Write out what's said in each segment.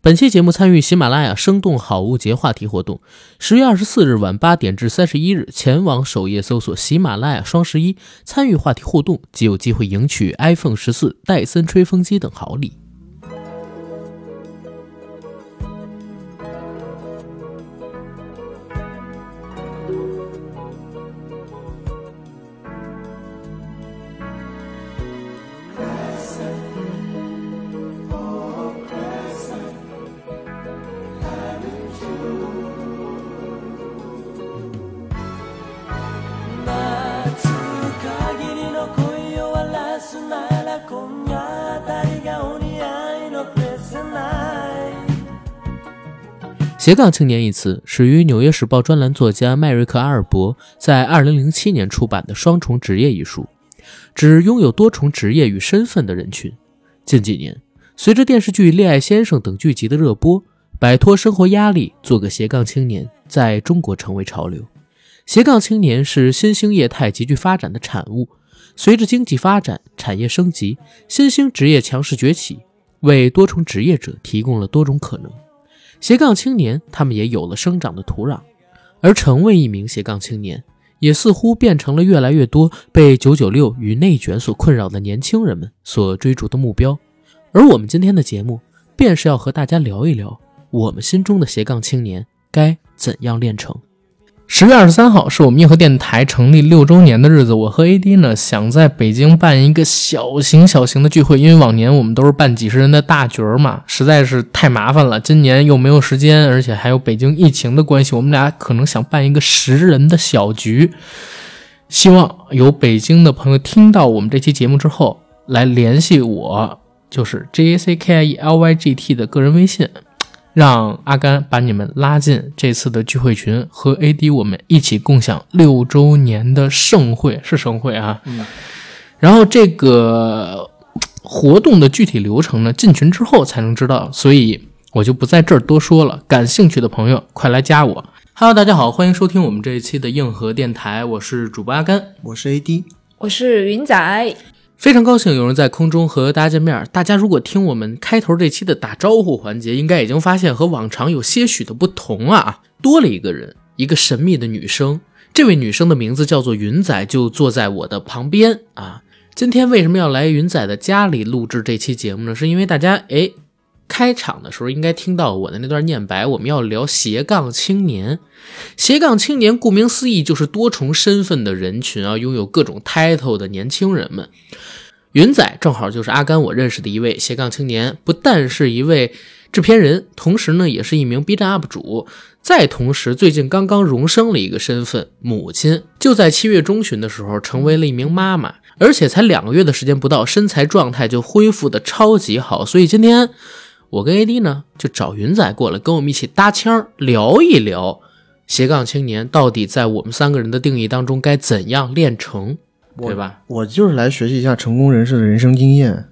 本期节目参与喜马拉雅“生动好物节”话题活动，十月二十四日晚八点至三十一日，前往首页搜索“喜马拉雅双十一”，参与话题互动，即有机会赢取 iPhone 十四、戴森吹风机等好礼。待つ限りの恋を終わらすなら今夜あたりがお似合いのプレゼンナイト嗯斜杠青年一词始于《纽约时报》专栏作家迈瑞克·阿尔伯在2007年出版的《双重职业》一书，指拥有多重职业与身份的人群。近几年，随着电视剧《恋爱先生》等剧集的热播，摆脱生活压力，做个斜杠青年在中国成为潮流。斜杠青年是新兴业态急剧发展的产物。随着经济发展、产业升级，新兴职业强势崛起，为多重职业者提供了多种可能。斜杠青年，他们也有了生长的土壤，而成为一名斜杠青年，也似乎变成了越来越多被“九九六”与内卷所困扰的年轻人们所追逐的目标。而我们今天的节目，便是要和大家聊一聊我们心中的斜杠青年该怎样炼成。十月二十三号是我们硬核电台成立六周年的日子，我和 AD 呢想在北京办一个小型小型的聚会，因为往年我们都是办几十人的大局儿嘛，实在是太麻烦了。今年又没有时间，而且还有北京疫情的关系，我们俩可能想办一个十人的小局。希望有北京的朋友听到我们这期节目之后，来联系我，就是 J A C K I E L Y G T 的个人微信。让阿甘把你们拉进这次的聚会群，和 AD 我们一起共享六周年的盛会，是盛会啊。嗯然后这个呃活动的具体流程呢，进群之后才能知道，所以我就不在这儿多说了。感兴趣的朋友，快来加我。Hello，大家好，欢迎收听我们这一期的硬核电台，我是主播阿甘。我是 AD，我是云仔，非常高兴有人在空中和大家见面。大家如果听我们开头这期的打招呼环节，应该已经发现和往常有些许的不同啊，多了一个人，一个神秘的女生。这位女生的名字叫做云仔，就坐在我的旁边啊。今天为什么要来云仔的家里录制这期节目呢？是因为大家哎，开场的时候应该听到我的那段念白，我们要聊斜杠青年。斜杠青年，顾名思义就是多重身份的人群啊，拥有各种 title 的年轻人们。云仔正好就是阿甘我认识的一位斜杠青年，不但是一位制片人，同时呢也是一名 B 站 UP 主，再同时最近刚刚荣升了一个身份——母亲，就在七月中旬的时候成为了一名妈妈，而且才两个月的时间不到，身材状态就恢复的超级好，所以今天我跟 AD 呢就找云仔过来跟我们一起搭腔儿聊一聊。斜杠青年到底在我们三个人的定义当中该怎样练成，对吧？我就是来学习一下成功人士的人生经验。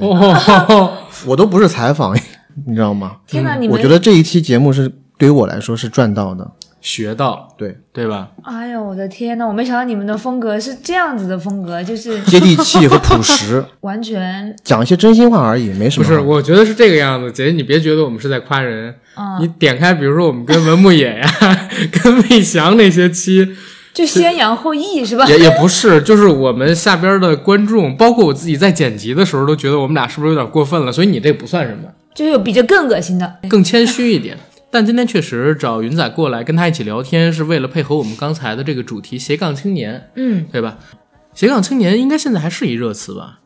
哦，我都不是采访， 你知道吗？天哪，你嗯我们觉得这一期节目是对于我来说是赚到的。学到，对，对吧？哎呦我的天呐，我没想到你们的风格是这样子的风格，就是接地气和朴 实，完全讲一些真心话而已，没什不嗯么。是，我觉得是这个样子。姐姐，你别觉得我们是在夸人。嗯你点开，比如说我们跟文牧野呀、 跟魏翔那些期，就先扬后抑是吧？也也不是，就是我们下边的观众，包括我自己在剪辑的时候，都觉得我们俩是不是有点过分了？所以你这不算什么，就有比这更恶心的，更谦虚一点。 但今天确实找云仔过来跟他一起聊天，是为了配合我们刚才的这个主题——斜杠青年，嗯，对吧？斜杠青年应该现在还是一热词吧？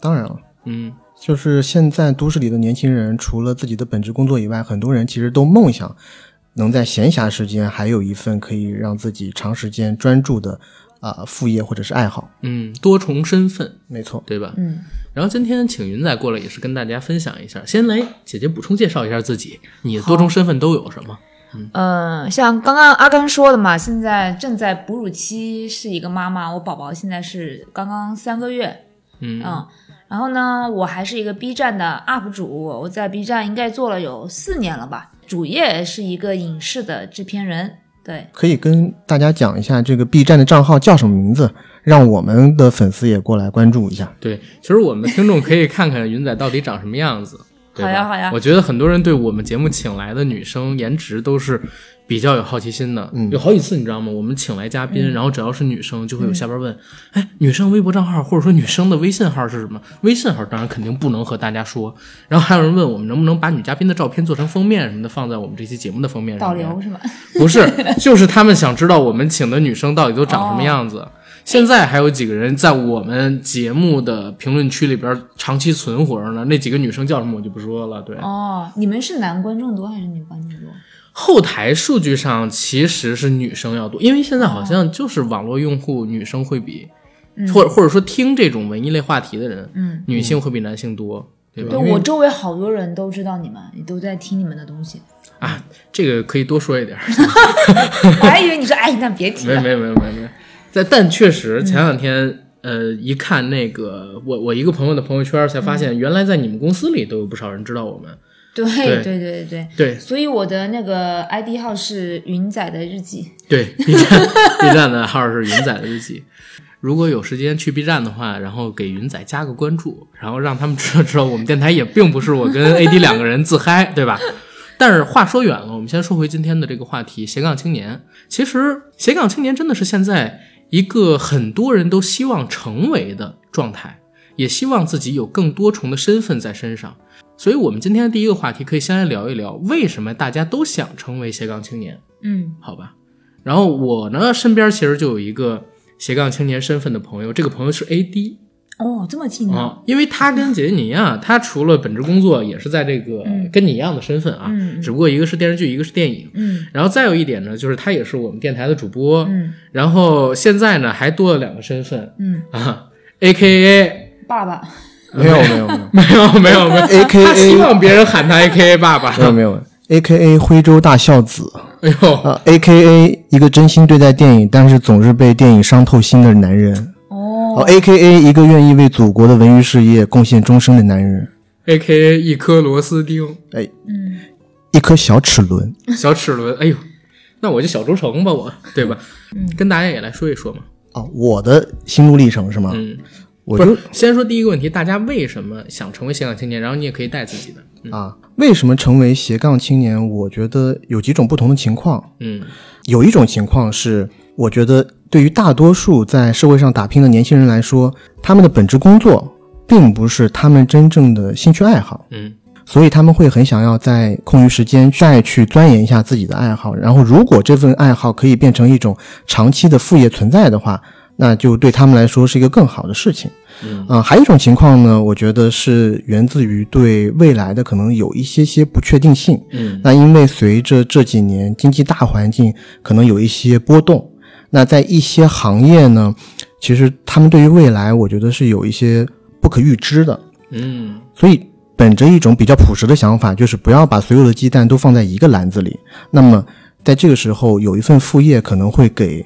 当然了，嗯，就是现在都市里的年轻人，除了自己的本职工作以外，很多人其实都梦想能在闲暇时间还有一份可以让自己长时间专注的啊、副业或者是爱好。嗯，多重身份，没错，对吧？嗯。然后今天请云仔过来，也是跟大家分享一下。先来，姐姐补充介绍一下自己，你的多重身份都有什么？嗯，像刚刚阿甘说的嘛，现在正在哺乳期，是一个妈妈，我宝宝现在是刚刚三个月，嗯嗯，然后呢，我还是一个 B 站的 UP 主，我在 B 站应该做了有四年了吧，主业是一个影视的制片人，对，可以跟大家讲一下这个 B 站的账号叫什么名字，让我们的粉丝也过来关注一下。对，其实我们的听众可以看看云仔到底长什么样子。对好吧呀好呀我觉得很多人对我们节目请来的女生颜值都是比较有好奇心的。嗯有好几次你知道吗？我们请来嘉嗯宾，然后只要是女生，就会有下边问：“哎，女生微博账号或者说女生的微信号是什么？”微信号当然肯定不能和大家说。然后还有人问我们能不能把女嘉宾的照片做成封面什么的，放在我们这期节目的封面上导面。流是吗？ 不是，就是他们想知道我们请的女生到底都长什么样子。哦现在还有几个人在我们节目的评论区里边长期存活着呢？那几个女生叫什么我就不说了。对，哦，你们是男观众多还是女观众多？后台数据上其实是女生要多，因为现在好像就是网络用户女生会比，或者或者说听这种文艺类话题的人，嗯，女性会比男性多，对吧？对我周围好多人都知道你们，也都在听你们的东 西。啊，这个可以多说一点儿。我还以为你说，哎，那别提没了。没没没没，但但确实前两天、呃一看那个我我一个朋友的朋友圈才发现，原来在你们公司里都有不少人知道我们。对对对对对对。对所以我的那个 ID 号是云仔的日记。对，B 站 B 站的号是云仔的日记。如果有时间去 B 站的话，然后给云仔加个关注，然后让他们知道知道我们电台也并不是我跟 AD 两个人自嗨，对吧？但是话说远了，我们先说回今天的这个话题——斜杠青年。其实，斜杠青年真的是现在一个很多人都希望成为的状态，也希望自己有更多重的身份在身上。所以，我们今天的第一个话题可以先来聊一聊，为什么大家都想成为斜杠青年？嗯好吧。然后我呢，身边其实就有一个斜杠青年身份的朋友，这个朋友是 AD 哦，这么近啊、呢、因为他跟姐姐你一样，他除了本职工作，也是在这个、嗯跟你一样的身份啊，嗯嗯只不过一个是电视剧，一个是电影。嗯然后再有一点呢，就是他也是我们电台的主播，嗯然后现在呢还多了两个身份嗯，啊，A K A 爸爸，没 有没有没有没有没有没有 A 嗯 K A 他希望别人喊他 A K A 爸爸没。有没有，A K A 徽州大孝子哎呦，啊，A K A 一个真心对待电影，但是总是被电影伤透心的男人哦哦， ，A K A 一个愿意为祖国的文娱事业贡献终生的男人， ，A K A 一颗螺丝钉。哎，嗯，一颗小齿轮， 小齿轮，哎呦，那我就小轴承吧，我对吧？跟大家也来说一说嘛。啊，我的心路历程是吗？嗯，我不，就是先说第一个问题，大家为什么想成为斜杠青年？然后你也可以带自己的。嗯啊，为什么成为斜杠青年？我觉得有几种不同的情况。嗯有一种情况是，我觉得对于大多数在社会上打拼的年轻人来说，他们的本职工作并不是他们真正的兴趣爱好，嗯所以他们会很想要在空余时间再去钻研一下自己的爱好。然后，如果这份爱好可以变成一种长期的副业存在的话，那就对他们来说是一个更好的事情。嗯呃，还有一种情况呢，我觉得是源自于对未来的可能有一些些不确定性。嗯那因为随着这几年经济大环境可能有一些波动，那在一些行业呢，其实他们对于未来，我觉得是有一些不可预知的。嗯所以，本着一种比较朴实的想法，就是不要把所有的鸡蛋都放在一个篮子里。那么，在这个时候，有一份副业可能会给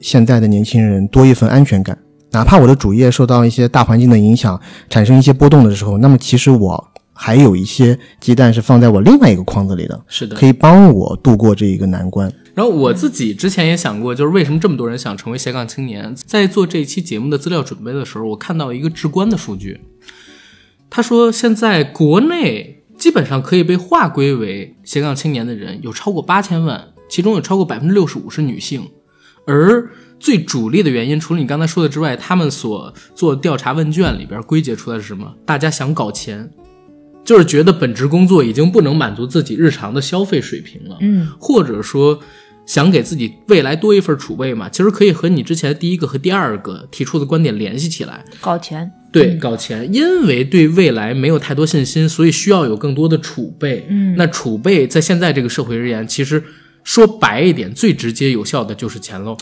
现在的年轻人多一份安全感。哪怕我的主业受到一些大环境的影响，产生一些波动的时候，那么其实我还有一些鸡蛋是放在我另外一个筐子里的，是的。可以帮我度过这一个难关。然后我自己之前也想过，就是为什么这么多人想成为斜杠青年？在做这期节目的资料准备的时候，我看到一个至关的数据，他说现在国内基本上可以被划归为斜杠青年的人有超过八千万，其中有超过百分之六十五是女性，而最主力的原因，除了你刚才说的之外，他们所做调查问卷里边归结出来是什么？大家想搞钱，就是觉得本职工作已经不能满足自己日常的消费水平了。嗯，或者说想给自己未来多一份储备嘛，其实可以和你之前第一个和第二个提出的观点联系起来。搞钱，对，搞钱，因为对未来没有太多信心，所以需要有更多的储备。嗯那储备在现在这个社会而言，其实说白一点，最直接有效的就是钱喽。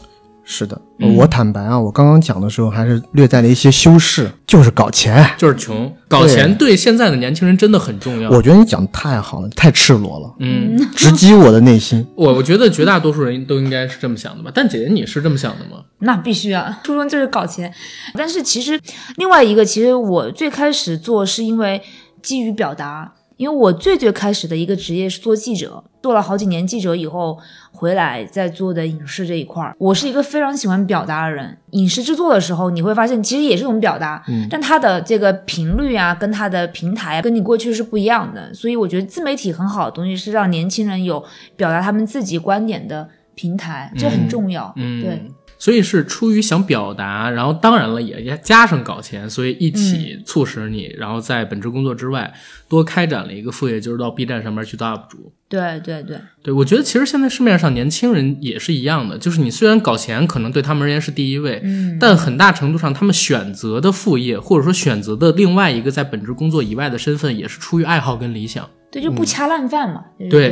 是的，我坦白啊，我刚刚讲的时候还是略带了一些修饰，就是搞钱。就是穷，搞钱对现在的年轻人真的很重要。我觉得你讲的太好了，太赤裸了，嗯，直击我的内心。我我觉得绝大多数人都应该是这么想的吧。但姐姐，你是这么想的吗？那必须啊，初衷就是搞钱。但是其实另外一个，其实我最开始做是因为基于表达，因为我最最开始的一个职业是做记者，做了好几年记者以后回来再做的影视这一块儿，我是一个非常喜欢表达的人。影视制作的时候，你会发现其实也是一种表达，嗯但它的这个频率啊，跟它的平台跟你过去是不一样的。所以我觉得自媒体很好的东西是让年轻人有表达他们自己观点的平台，这很重要。嗯，对。所以是出于想表达，然后当然了也也加上搞钱，所以一嗯起促使你，然后在本职工作之外多开展了一个副业，就是到 B 站上面去当 UP 主。对对对，对，我觉得其实现在市面上年轻人也是一样的，就是你虽然搞钱可能对他们而言是第一位，嗯，但很大程度上他们选择的副业或者说选择的另外一个在本职工作以外的身份，也是出于爱好跟理想。对，就不掐烂饭嘛，对嗯对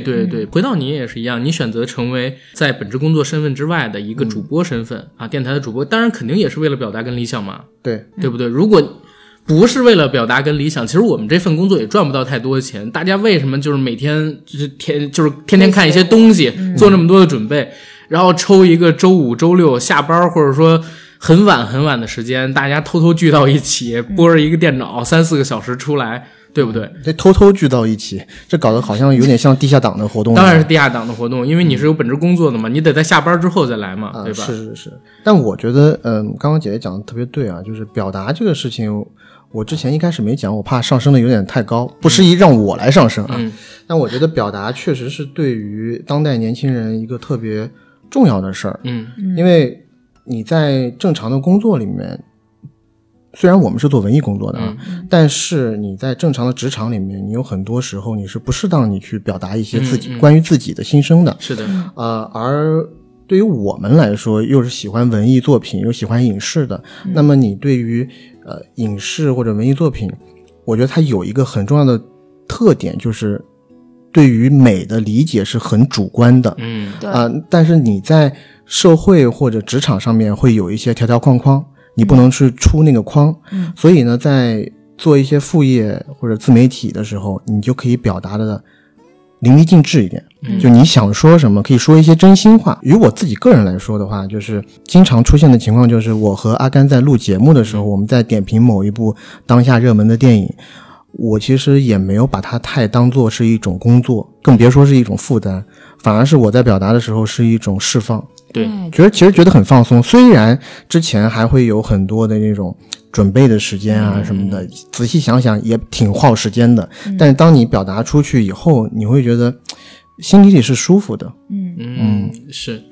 对对对，回到你也是一样，你选择成为在本职工作身份之外的一个主播身份、啊，电台的主播，当然肯定也是为了表达跟理想嘛，对，对不对？如果不是为了表达跟理想，其实我们这份工作也赚不到太多钱。大家为什么就是每天就是天就是天天看一些东西，做那么多的准备，然后抽一个周五、周六下班，或者说很晚很晚的时间，大家偷偷聚到一起，拨着一个电脑三四个小时出来，对不对？这偷偷聚到一起，这搞得好像有点像地下党的活动一啊样。当然是地下党的活动，因为你是有本职工作的嘛，你得在下班之后再来嘛，啊，对吧？是是是，但我觉得，嗯，刚刚姐姐讲的特别对啊，就是表达这个事情，我之前一开始没讲，我怕上升的有点太高，不适宜让我来上升啊。嗯但我觉得表达确实是对于当代年轻人一个特别重要的事儿，嗯因为你在正常的工作里面，虽然我们是做文艺工作的啊，嗯但是你在正常的职场里面，你有很多时候你是不适当你去表达一些自己、嗯嗯关于自己的心声的。是的，呃，而对于我们来说，又是喜欢文艺作品，又喜欢影视的，嗯那么你对于呃影视或者文艺作品，我觉得它有一个很重要的特点，就是对于美的理解是很主观的。嗯对啊、但是你在社会或者职场上面会有一些条条框框，你不能去出那个框。嗯所以呢，在做一些副业或者自媒体的时候，你就可以表达的淋漓尽致一点。嗯就你想说什么，可以说一些真心话。与我自己个人来说的话，就是经常出现的情况，就是我和阿甘在录节目的时候，我们在点评某一部当下热门的电影。我其实也没有把它太当做是一种工作，更别说是一种负担，反而是我在表达的时候是一种释放，对觉得其实觉得很放松。虽然之前还会有很多的那种准备的时间啊什么的，仔细想想也挺耗时间的。但是当你表达出去以后，你会觉得心里里是舒服的。嗯嗯，是。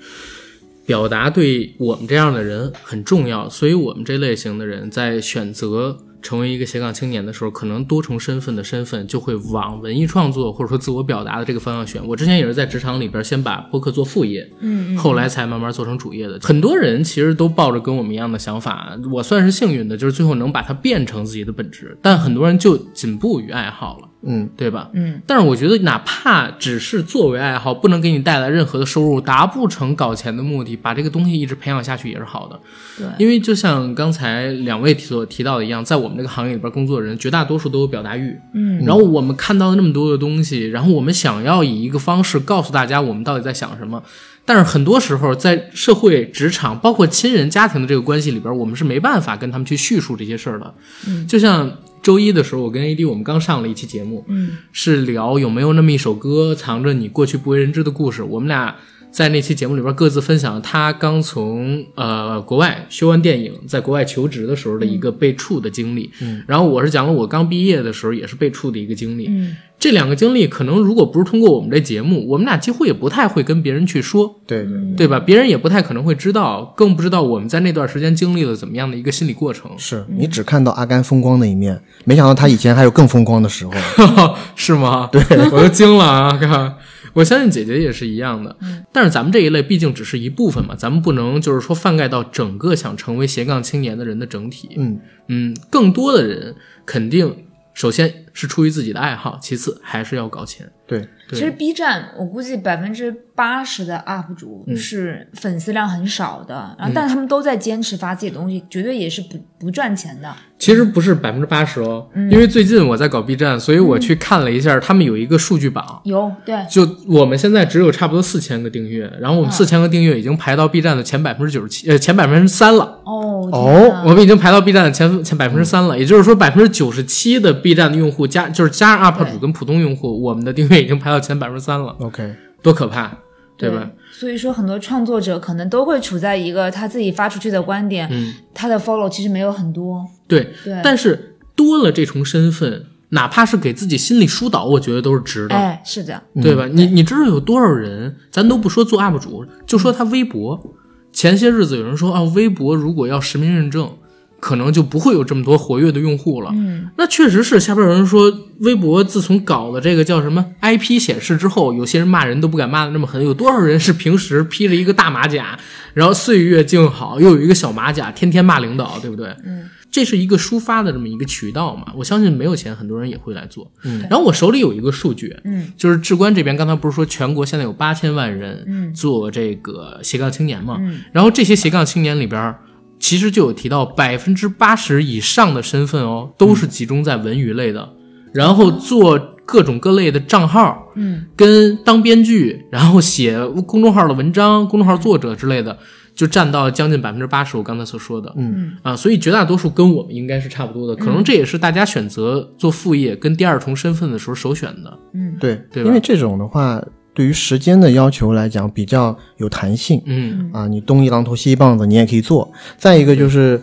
表达对我们这样的人很重要，所以我们这类型的人在选择成为一个斜杠青年的时候，可能多重身份的身份就会往文艺创作或者说自我表达的这个方向选。我之前也是在职场里边先把播客做副业，嗯，后来才慢慢做成主业的。很多人其实都抱着跟我们一样的想法，我算是幸运的，就是最后能把它变成自己的本职。但很多人就仅步于爱好了，嗯，对吧？嗯但是我觉得，哪怕只是作为爱好，不能给你带来任何的收入，达不成搞钱的目的，把这个东西一直培养下去也是好的。对因为就像刚才两位所提到的一样，在我们这个行业里边工作的人，绝大多数都有表达欲。嗯，然后我们看到那么多的东西，然后我们想要以一个方式告诉大家我们到底在想什么。但是很多时候，在社会、职场，包括亲人、家庭的这个关系里边，我们是没办法跟他们去叙述这些事儿的。嗯，就像周一的时候，我跟 AD 我们刚上了一期节目，嗯，是聊有没有那么一首歌藏着你过去不为人知的故事。我们俩在那期节目里边各自分享他刚从呃国外修完电影，在国外求职的时候的一个被处的经历。嗯，然后我是讲了我刚毕业的时候也是被处的一个经历。嗯，这两个经历可能如果不是通过我们这节目，我们俩几乎也不太会跟别人去说。对对，对吧？别人也不太可能会知道，更不知道我们在那段时间经历了怎么样的一个心理过程，是你只看到阿甘风光的一面，没想到他以前还有更风光的时候。 是吗？对，我都惊了啊！看，我相信姐姐也是一样的。但是咱们这一类毕竟只是一部分嘛，咱们不能就是说覆盖到整个想成为斜杠青年的人的整体。嗯，嗯，更多的人肯定首先是出于自己的爱好，其次还是要搞钱。对，对其实 B 站我估计百分之八十的 UP 主嗯是粉丝量很少的，然后但是他们都在坚持发自己的东西，绝对也是不不赚钱的。其实不是百分之八十哦，因为最近我在搞 B 站，所以我去看了一下，他们有一个数据榜。有对，就我们现在只有差不多四千个订阅，然后我们四千个订阅已经排到 B 站的前百分之九十七，呃，前百分之三了。哦哦天哪嗯我们已经排到 B 站的前前百分之三了，也就是说百分之九十七的 B 站的用户加就是加上 UP 对主跟普通用户，我们的订阅已经排到前百分之三了， OK，多可怕，对吧？所以说，很多创作者可能都会处在一个他自己发出去的观点，嗯他的 follow 其实没有很多。对，对，但是多了这重身份，哪怕是给自己心理疏导，我觉得都是值的。哎，是的，对吧？你你知道有多少人？咱都不说做 UP 主，就说他微博。前些日子有人说啊，微博如果要实名认证，可能就不会有这么多活跃的用户了。嗯，那确实是。下边有人说，微博自从搞了这个叫什么 IP 显示之后，有些人骂人都不敢骂的那么狠。有多少人是平时披着一个大马甲，然后岁月静好，又有一个小马甲，天天骂领导，对不对？嗯，这是一个抒发的这么一个渠道嘛。我相信没有钱，很多人也会来做。嗯，然后我手里有一个数据，嗯，就是志观这边刚才不是说全国现在有八千万人嗯做这个斜杠青年嘛？嗯然后这些斜杠青年里边儿，其实就有提到百分之八十以上的身份哦，都是集中在文娱类的，然后做各种各类的账号，嗯，跟当编剧，然后写公众号的文章、公众号作者之类的，就占到将近百分之八十。我刚才所说的，嗯啊，所以绝大多数跟我们应该是差不多的，可能这也是大家选择做副业跟第二重身份的时候首选的。嗯，对，对吧因为这种的话，对于时间的要求来讲比较有弹性嗯，啊，你东一榔头西一棒子，你也可以做。再一个就是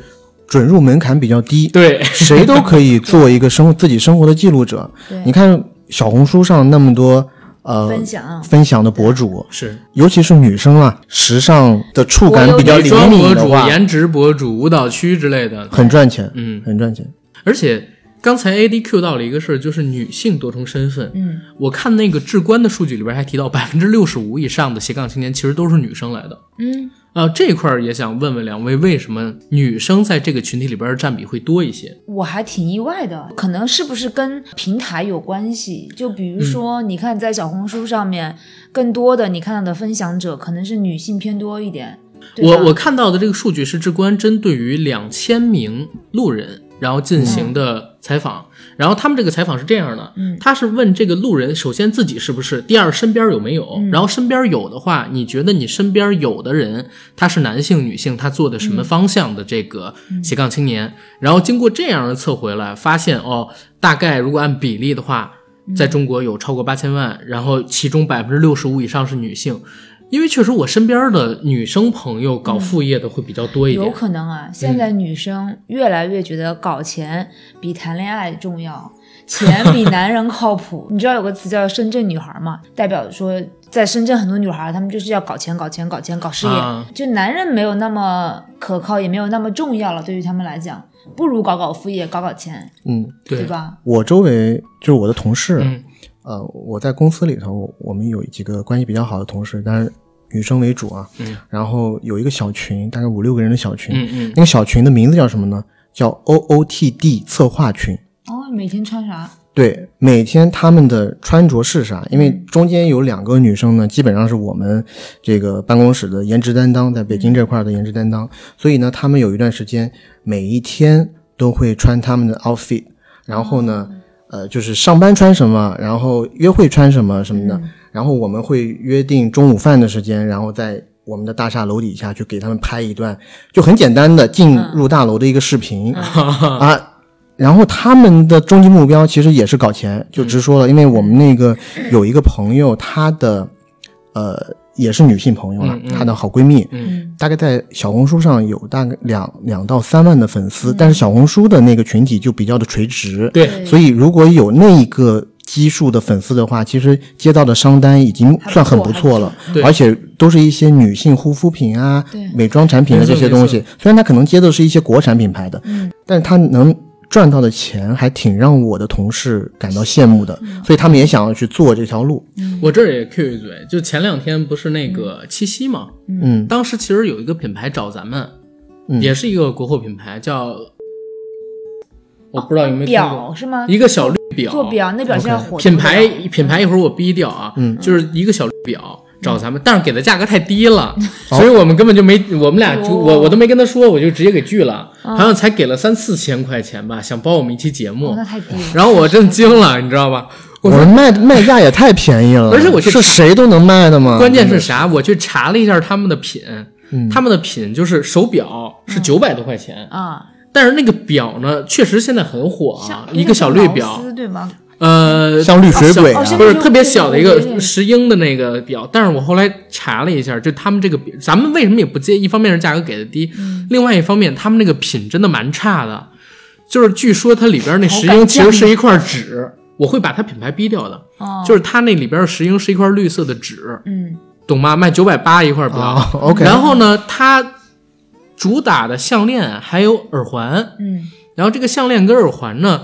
准入门槛比较低， 对，谁都可以做一个生活自己生活的记录者。对，你看小红书上那么多呃分享分享的博主，是尤其是女生啊，时尚的触感比较美灵妆博敏的主、话，颜值博主、舞蹈区之类的。很赚钱，嗯，很赚钱。而且刚才 ADQ 到了一个事儿，就是女性多重身份。嗯，我看那个至关的数据里边还提到，百分之六十五以上的斜杠青年其实都是女生来的。嗯，啊，这一块儿也想问问两位，为什么女生在这个群体里边占比会多一些？我还挺意外的，可能是不是跟平台有关系？嗯就比如说，你看在小红书上面，更多的你看到的分享者可能是女性偏多一点。对吧我我看到的这个数据是至关针对于两千名路人，然后进行的采访。然后他们这个采访是这样的，嗯他是问这个路人，首先自己是不是，第二身边有没有，嗯然后身边有的话，你觉得你身边有的人他是男性、女性，他做的嗯什么方向的这个斜杠青年？然后经过这样的测回来，发现哦，大概如果按比例的话，嗯在中国有超过八千万，然后其中百分之六十五以上是女性。因为确实，我身边的女生朋友搞副业的会比较多一点。有可能啊，现在女生越来越觉得搞钱比谈恋爱重要，钱比男人 靠谱。你知道有个词叫“深圳女孩”嘛，代表说在深圳很多女孩她们就是要搞钱、搞钱、搞钱、搞事业，啊就男人没有那么可靠，也没有那么重要了。对于她们来讲，不如搞搞副业、搞搞钱，嗯，对对？吧？我周围就是我的同事，嗯呃，我在公司里头，我们有几个关系比较好的同事，但是女生为主啊。嗯。然后有一个小群，大概五六个人的小群。嗯嗯，那个小群的名字叫什么呢？叫 OOTD 策划群。哦，每天穿啥？对，每天他们的穿着是啥？因为中间有两个女生呢，基本上是我们这个办公室的颜值担当，在北京这块儿的颜值担当，所以呢，他们有一段时间每一天都会穿他们的 outfit，然后呢，呃，就是上班穿什么，然后约会穿什么什么的，嗯然后我们会约定中午饭的时间，然后在我们的大厦楼底下去给他们拍一段，就很简单的进入大楼的一个视频、嗯啊。然后他们的终极目标其实也是搞钱，就直说了，因为我们那个有一个朋友，她的呃也是女性朋友了嗯，嗯她的好闺蜜，嗯大概在小红书上有大概两两到三万的粉丝，嗯但是小红书的那个群体就比较的垂直，对所以如果有那一个基数的粉丝的话，其实接到的商单已经算很不错了，对而且都是一些女性护肤品啊对、美妆产品的这些东西没。虽然它可能接的是一些国产品牌的，嗯但是它能。赚到的钱还挺让我的同事感到羡慕的，所以他们也想要去做这条路。我这儿也 Q 一嘴，就前两天不是那个七夕嘛，嗯当时其实有一个品牌找咱们，嗯也是一个国货品牌，叫我不知道有没有听哦表过，是吗？一个小绿表，做表那表现在火的品牌不得了品牌一会儿我逼掉啊，嗯就是一个小绿表。嗯找咱们，但是给的价格太低了， 所以我们根本就没，我们俩就、哦嗯我我都没跟他说，我就直接给拒了，好像才给了三四千块钱吧，想包我们一期节目，哦那太低了。 然后我震惊了，你知道吧？我说卖卖价也太便宜了，而且我去是谁都能卖的吗？关键是啥？我去查了一下他们的品，嗯嗯他们的品就是手表是九百多块钱，啊，但是那个表呢，确实现在很火啊像，一个小绿表劳，斯对吗？呃，像绿水鬼哦啊，像不是绿特别小的一对对个对石英的那个表，但是我后来查了一下，就他们这个表，咱们为什么也不接？一方面是价格给的低，另外一方面他们那个品真的蛮差的，就是据说它里边那石好英感其实降低是一块纸，我会把它品牌逼掉的，哦，就是它那里边石英是一块绿色的纸，嗯，懂吗？卖九百八一块表、啊，OK，然后呢，它主打的项链还有耳环，嗯然后这个项链跟耳环呢，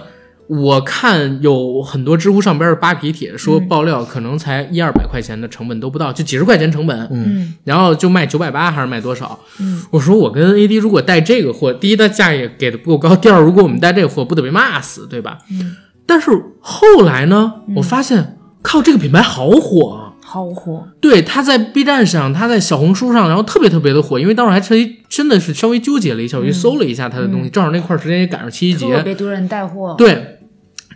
我看有很多知乎上边的扒皮帖说嗯爆料可能才一二百块钱的成本都不到，就几十块钱成本，嗯然后就卖九百八还是卖多少？嗯，我说我跟 AD 如果带这个货，第一它价也给的不够高，第二如果我们带这个货不得被骂死，对吧？嗯，但是后来呢，我发现靠这个品牌好火啊。好火，对，它在 B 站上，它在小红书上，然后特别特别的火，因为当时还特意真的是稍微纠结了一下，我去搜了一下它的东西，正好那块儿时间也赶上七夕节，嗯特别多人带货，对，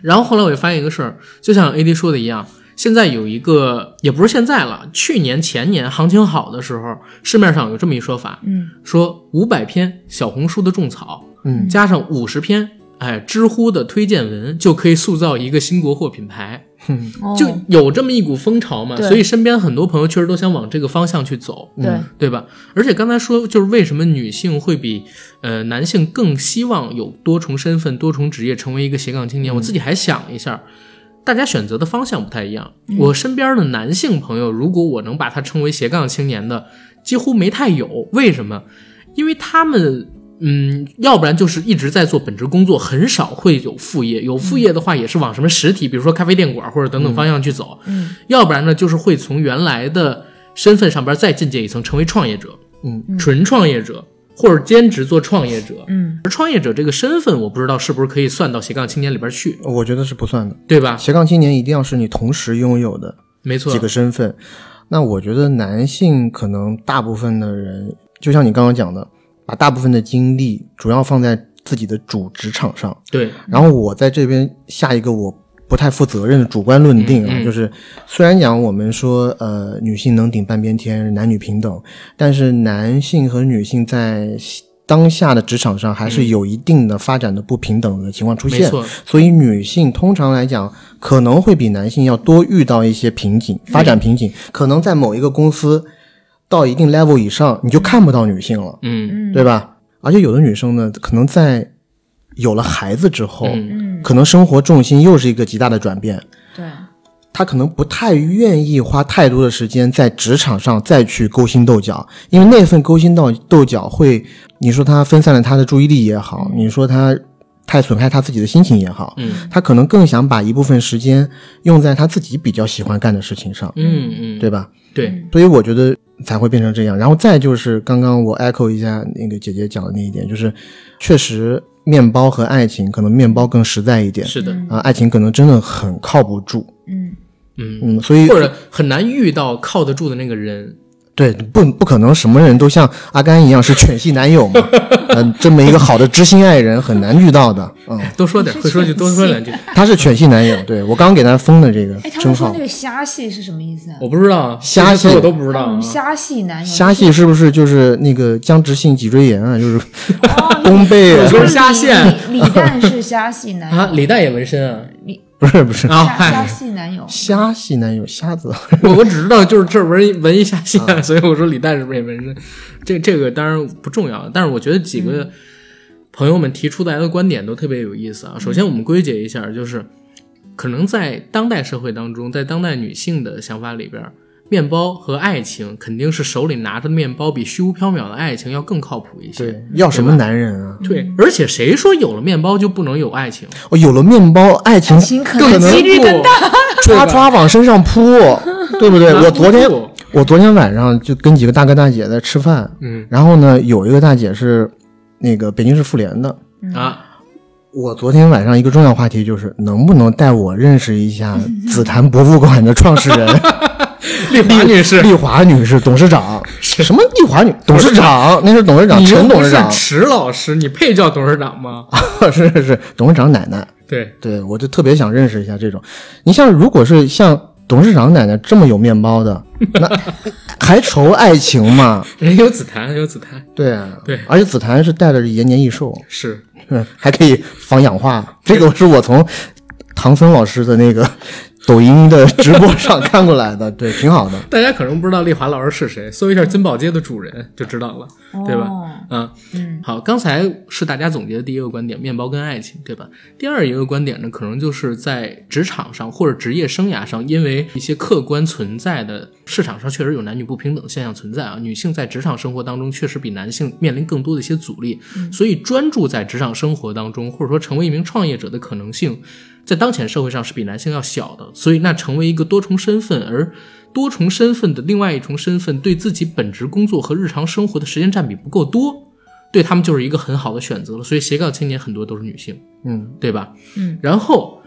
然后后来我就发现一个事儿，就像 AD 说的一样，现在有一个也不是现在了，去年前年行情好的时候，市面上有这么一说法，嗯说五百篇小红书的种草，嗯加上五十篇。哎，知乎的推荐文就可以塑造一个新国货品牌，哼哦就有这么一股风潮嘛，对所以身边很多朋友确实都想往这个方向去走。对，对吧？而且刚才说，就是为什么女性会比呃男性更希望有多重身份、多重职业，成为一个斜杠青年？我自己还想了一下，大家选择的方向不太一样。我身边的男性朋友，如果我能把他称为斜杠青年的，几乎没太有。为什么？因为他们。嗯，要不然就是一直在做本职工作，很少会有副业。有副业的话，也是往什么实体，比如说咖啡店馆或者等等方向去走。嗯要不然呢，就是会从原来的身份上边再进阶一层，成为创业者，嗯，纯创业者或者兼职做创业者。嗯而创业者这个身份，我不知道是不是可以算到斜杠青年里边去，我觉得是不算的。对吧？斜杠青年一定要是你同时拥有的没错几，个身份。那我觉得男性可能大部分的人，就像你刚刚讲的，把大部分的精力主要放在自己的主职场上。对，然后我在这边下一个我不太负责任的主观论定啊，嗯嗯就是虽然讲我们说呃女性能顶半边天，男女平等，但是男性和女性在当下的职场上还是有一定的发展的不平等的情况出嗯没现。错，所以女性通常来讲，可能会比男性要多遇到一些瓶颈，发嗯展瓶颈，可能在某一个公司到一定 level 以上，你就看不到女性了，嗯嗯，对吧？而且有的女生呢，可能在有了孩子之后，嗯，嗯可能生活重心又是一个极大的转变，对，她可能不太愿意花太多的时间在职场上再去勾心斗角，因为那份勾心斗斗角会，你说她分散了她的注意力也好，你说她太损害她自己的心情也好，嗯，她可能更想把一部分时间用在她自己比较喜欢干的事情上，嗯嗯，对吧？对，所以我觉得才会变成这样。然后再就是刚刚我 echo 一下那个姐姐讲的那一点，就是确实面包和爱情，可能面包更实在一点，是的，嗯啊、爱情可能真的很靠不住，嗯嗯，嗯，所以或者很难遇到靠得住的那个人，对不不可能什么人都像阿甘一样是犬系男友嘛， 嗯、这么一个好的知心爱人很难遇到的，嗯，多说点， 会说就多说两句，他是犬系男友，对我刚刚给他封的这个哎，他称们说号那，个虾系是什么意思啊？我不知道啊，瞎这些词写我都不知道啊嗯，虾系男友，虾系是不是就是那个僵直性脊椎炎啊？就是哦，弓背啊我？说是虾线李李诞是虾系男啊，友，李诞也纹身啊，不是不 是，啊，虾虾嗨，系男友，虾系男友瞎子，我我只知道就是这儿纹一纹一下线，所以我说李诞是不是也纹身？这这个当然不重要，但是我觉得几个朋友们提出来的观点都特别有意思啊。首先，我们归结一下，就是可能在当代社会当中，在当代女性的想法里边，面包和爱情肯定是手里拿着面包比虚无缥缈的爱情要更靠谱一些。对，要什么男人啊？对，而且谁说有了面包就不能有爱情？啊我有了面包，爱情爱情可能能几率更大。唰唰往身上 扑，对不对？哎我昨天我昨天晚上就跟几个大哥大姐在吃饭，嗯然后呢，有一个大姐是那个北京市妇联的。啊，我昨天晚上一个重要话题就是能不能带我认识一 下紫檀博物馆的创始人丽华女士，丽华女士董事长？什么丽华女董事长？那是董事长你又陈董不事是长，啊池老师，你配叫董事长吗？是是是董事长奶奶。对，对我就特别想认识一下这种。你像如果是像董事长奶奶这么有面包的，那还愁爱情吗？人有紫檀，有紫檀，对啊，对而且紫檀是带着延年益寿， 是嗯，还可以防氧化。这个是我从唐僧老师的那个 抖音的直播上看过来的， 对，挺好的。大家可能不知道丽华老师是谁，搜一下金宝街的主人就知道了，对吧？哦嗯，嗯，好，刚才是大家总结的第一个观点，面包跟爱情，对吧？第二一个观点呢，可能就是在职场上或者职业生涯上，因为一些客观存在的市场上确实有男女不平等现象存在啊，女性在职场生活当中确实比男性面临更多的一些阻力，嗯所以专注在职场生活当中，或者说成为一名创业者的可能性，在当前社会上是比男性要小的，所以那成为一个多重身份，而多重身份的另外一重身份对自己本职工作和日常生活的时间占比不够多，对他们就是一个很好的选择了。所以斜杠青年很多都是女性，嗯，对吧？嗯，然后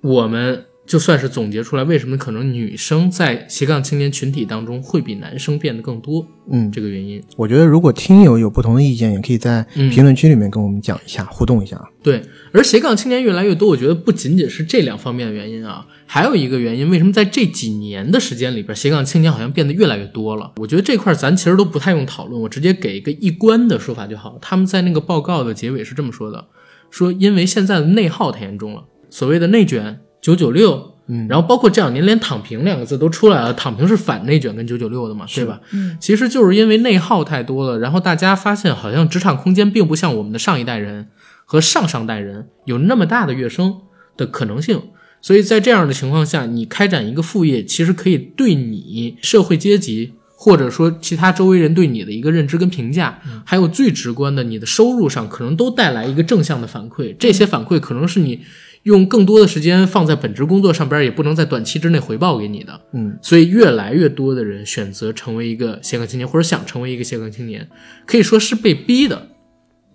我们就算是总结出来，为什么可能女生在斜杠青年群体当中会比男生变得更多，嗯这个原因。我觉得如果听友有不同的意见，也可以在嗯评论区里面跟我们讲一下，互动一下。对，而斜杠青年越来越多，我觉得不仅仅是这两方面的原因啊，还有一个原因，为什么在这几年的时间里边，斜杠青年好像变得越来越多了？我觉得这块儿咱其实都不太用讨论，我直接给一个一观的说法就好了。他们在那个报告的结尾是这么说的：说因为现在的内耗太严重了，所谓的内卷九九六。996, 嗯然后包括这两年连“躺平”两个字都出来了，“躺平”是反内卷跟九九六的嘛，对吧？嗯其实就是因为内耗太多了，然后大家发现好像职场空间并不像我们的上一代人和上上代人有那么大的跃升的可能性。所以在这样的情况下，你开展一个副业，其实可以对你社会阶级或者说其他周围人对你的一个认知跟评价，还有最直观的你的收入上，可能都带来一个正向的反馈。这些反馈可能是你用更多的时间放在本职工作上边，也不能在短期之内回报给你的。嗯，所以越来越多的人选择成为一个斜杠青年，或者想成为一个斜杠青年，可以说是被逼的，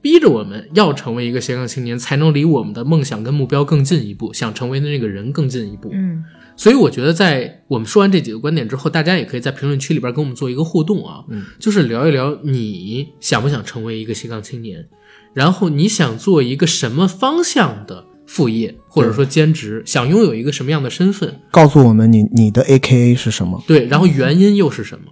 逼着我们要成为一个斜杠青年，才能离我们的梦想跟目标更进一步，想成为的那个人更进一步。嗯所以我觉得，在我们说完这几个观点之后，大家也可以在评论区里边跟我们做一个互动啊，嗯就是聊一聊你想不想成为一个斜杠青年，然后你想做一个什么方向的副业或者说兼职，想拥有一个什么样的身份，告诉我们你你的 A K A 是什么？对，然后原因又是什么，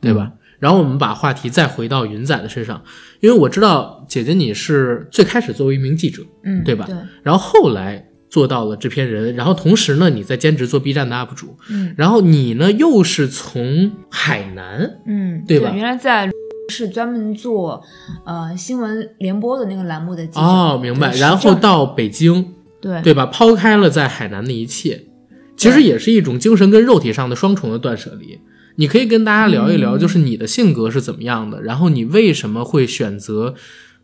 对吧？嗯然后我们把话题再回到云仔的身上，因为我知道姐姐你是最开始作为一名记者，嗯，对吧对，然后后来做到了制片人，然后同时呢你在兼职做 B 站的 UP 主，嗯然后你呢又是从海南，嗯，对吧原来在是专门做呃新闻联播的那个栏目的记者哦，明白，对然时后政到北京，对对吧？抛开了在海南的一切，其实哎对也是一种精神跟肉体上的双重的断舍离。你可以跟大家聊一嗯聊，就是你的性格是怎么样的，然后你为什么会选择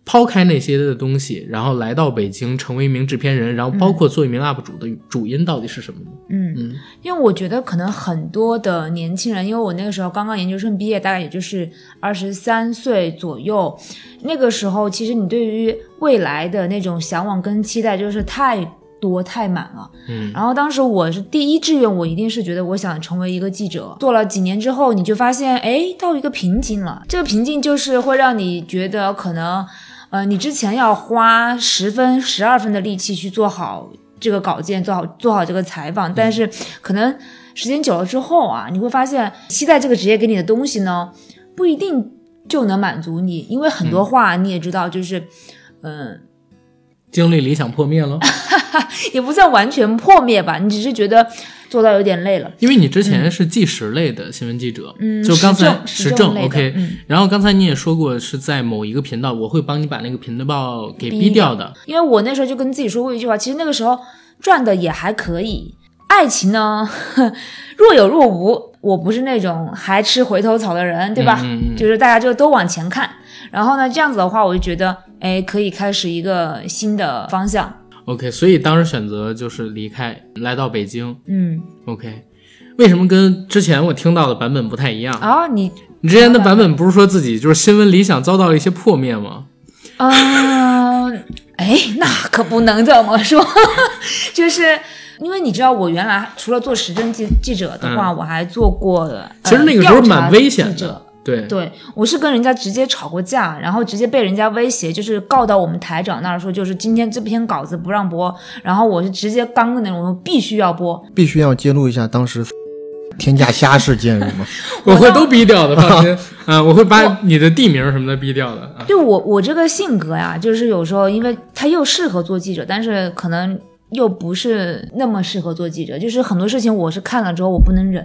抛开那些的东西，然后来到北京成为一名制片人，然后包括做一名 UP 主的主因到底是什么呢？嗯，嗯因为我觉得可能很多的年轻人，因为我那个时候刚刚研究生毕业，大概也就是二十三岁左右，那个时候其实你对于未来的那种向往跟期待就是太多太满了。嗯然后当时我是第一志愿，我一定是觉得我想成为一个记者。做了几年之后，你就发现，哎，到一个瓶颈了。这个瓶颈就是会让你觉得可能，呃，你之前要花十分、十二分的力气去做好这个稿件，做好做好这个采访，但是可能时间久了之后啊，你会发现，期待这个职业给你的东西呢，不一定就能满足你，因为很多话你也知道，就是，嗯、经历理想破灭 了，也不算完全破灭吧，你只是觉得做到有点累了。因为你之前是纪实类的新闻记者，嗯就刚才时政时政政类的 OK，、嗯然后刚才你也说过是在某一个频道，我会帮你把那个频道给逼逼掉的，因为我那时候就跟自己说过一句话，其实那个时候赚的也还可以，爱情呢 若有若无。我不是那种还吃回头草的人，对吧？嗯嗯嗯 就是大家就都往前看。然后呢，这样子的话，我就觉得，哎，可以开始一个新的方向。 OK，所以当时选择就是离开，来到北京。嗯， OK，为什么跟之前我听到的版本不太一样？啊，你，你之前的版本不是说自己就是新闻理想遭到了一些破灭吗？嗯、哎，那可不能这么说， 就是因为你知道，我原来除了做时政记记者的话，我还做过，呃嗯其实那个时候调查蛮危险记者的。对，对，我是跟人家直接吵过架，然后直接被人家威胁，就是告到我们台长那儿说，就是今天这篇稿子不让播，然后我是直接刚的那种，我必须要播。必须要揭露一下当时 天价虾式建筑嘛。我会都逼掉的，放 心。啊，我会把你的地名什么的逼掉的啊。对我我这个性格呀，就是有时候因为他又适合做记者，但是可能又不是那么适合做记者，就是很多事情我是看了之后我不能忍，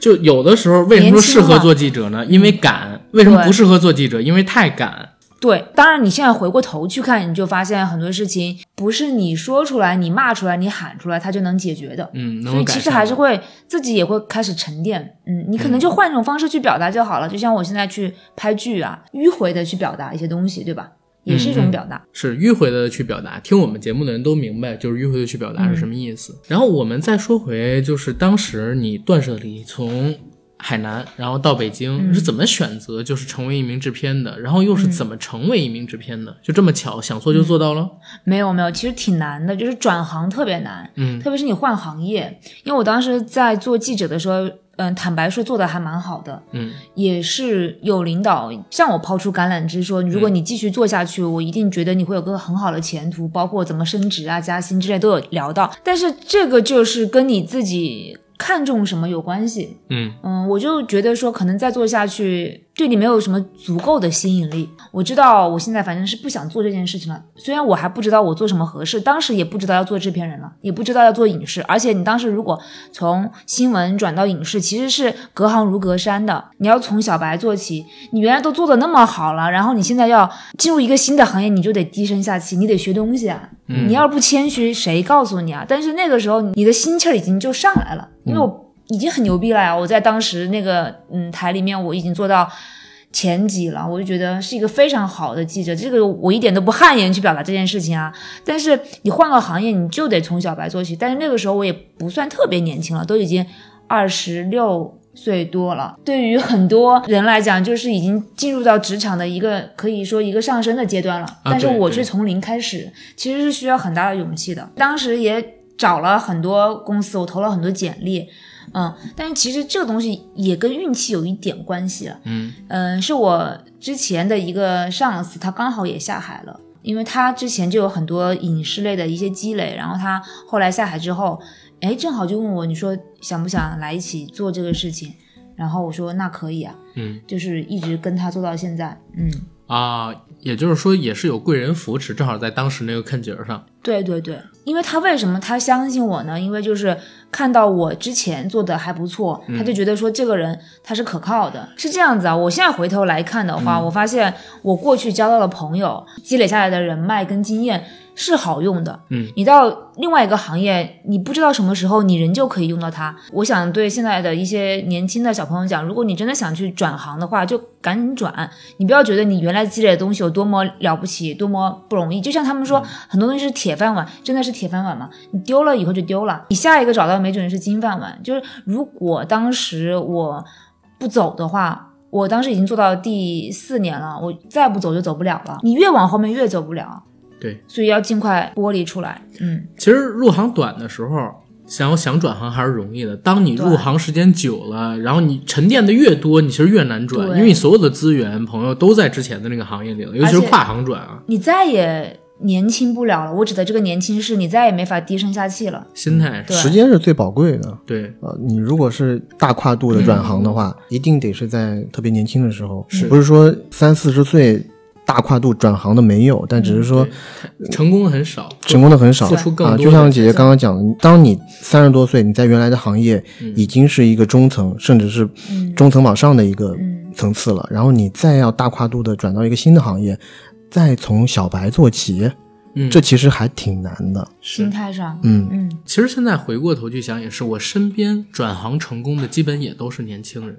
就有的时候为什么说年轻适嘛合做记者呢？因为敢。为什么对不适合做记者？因为太敢。对，当然你现在回过头去看，你就发现很多事情不是你说出来、你骂出来、你喊出来，它就能解决的。嗯，能所够以改其善。实还是会自己也会开始沉淀，嗯，你可能就换一种方式去表达就好了。就像我现在去拍剧啊，迂回的去表达一些东西，对吧？也是一嗯种表达。是迂回的去表达，听我们节目的人都明白，就是迂回的去表达是什么意思。然后我们再说回，就是当时你断舍离从海南，然后到北京，嗯你是怎么选择就是成为一名制片的？然后又是怎么成为一名制片的？就这么巧，想做就做到了？没有没有，其实挺难的，就是转行特别难，嗯特别是你换行业。因为我当时在做记者的时候，嗯，坦白说做的还蛮好的，嗯也是有领导向我抛出橄榄枝说，如果你继续做下去，我一定觉得你会有个很好的前途，包括怎么升职啊、加薪之类都有聊到。但是这个就是跟你自己看重什么有关系。嗯嗯，我就觉得说，可能再做下去对你没有什么足够的吸引力。我知道我现在反正是不想做这件事情了，虽然我还不知道我做什么合适，当时也不知道要做制片人了，也不知道要做影视。而且你当时如果从新闻转到影视，其实是隔行如隔山的，你要从小白做起。你原来都做的那么好了，然后你现在要进入一个新的行业，你就得低声下气，你得学东西啊。你要是不谦虚，谁告诉你啊？但是那个时候你的心气儿已经就上来了，因为嗯我已经很牛逼了呀！我在当时那个嗯台里面，我已经做到前几了，我就觉得是一个非常好的记者。这个我一点都不汗颜去表达这件事情啊。但是你换个行业，你就得从小白做起。但是那个时候我也不算特别年轻了，都已经二十六。岁多了，对于很多人来讲，就是已经进入到职场的一个可以说一个上升的阶段了。但是啊对我对却从零开始，其实是需要很大的勇气的。当时也找了很多公司，我投了很多简历，嗯，但是其实这个东西也跟运气有一点关系了。嗯嗯，是我之前的一个上司，他刚好也下海了，因为他之前就有很多影视类的一些积累，然后他后来下海之后，哎，正好就问我，你说想不想来一起做这个事情？然后我说那可以啊，嗯就是一直跟他做到现在，嗯，啊，也就是说也是有贵人扶持，正好在当时那个坎节儿上。对对对，因为他为什么他相信我呢？因为就是看到我之前做的还不错，他就觉得说这个人他是可靠的，是这样子啊。我现在回头来看的话，我发现我过去交到的朋友，积累下来的人脉跟经验是好用的。嗯，你到另外一个行业，你不知道什么时候你仍旧可以用到它。我想对现在的一些年轻的小朋友讲，如果你真的想去转行的话，就赶紧转，你不要觉得你原来积累的东西有多么了不起，多么不容易。就像他们说，很多东西是铁饭碗，真的是铁饭碗吗？你丢了以后就丢了，你下一个找到没准是金饭碗。就是如果当时我不走的话，我当时已经做到第四年了，我再不走就走不了了。你越往后面越走不了，对，所以要尽快剥离出来。嗯，其实入行短的时候，想要想转行还是容易的。当你入对行时间久了，然后你沉淀的越多，你其实越难转，对因为你所有的资源、朋友都在之前的那个行业里了，尤其是而且跨行转啊，你再也年轻不了了。我指的这个年轻是你再也没法低声下气了。心态是对时间是最宝贵的。对，呃，你如果是大跨度的转行的话，一定得是在特别年轻的时候，嗯是不是说三四十岁大跨度转行的没有，但只是说成功很少，成功的很少嗯付出更啊。多就的像姐姐刚刚讲的，当你三十多岁，你在原来的行业嗯已经是一个中层，甚至是嗯中层往上的一个嗯层次了，然后你再要大跨度的转到一个新的行业，再从小白做起，嗯，这其实还挺难的。心态上，嗯嗯，其实现在回过头去想，也是我身边转行成功的，基本也都是年轻人。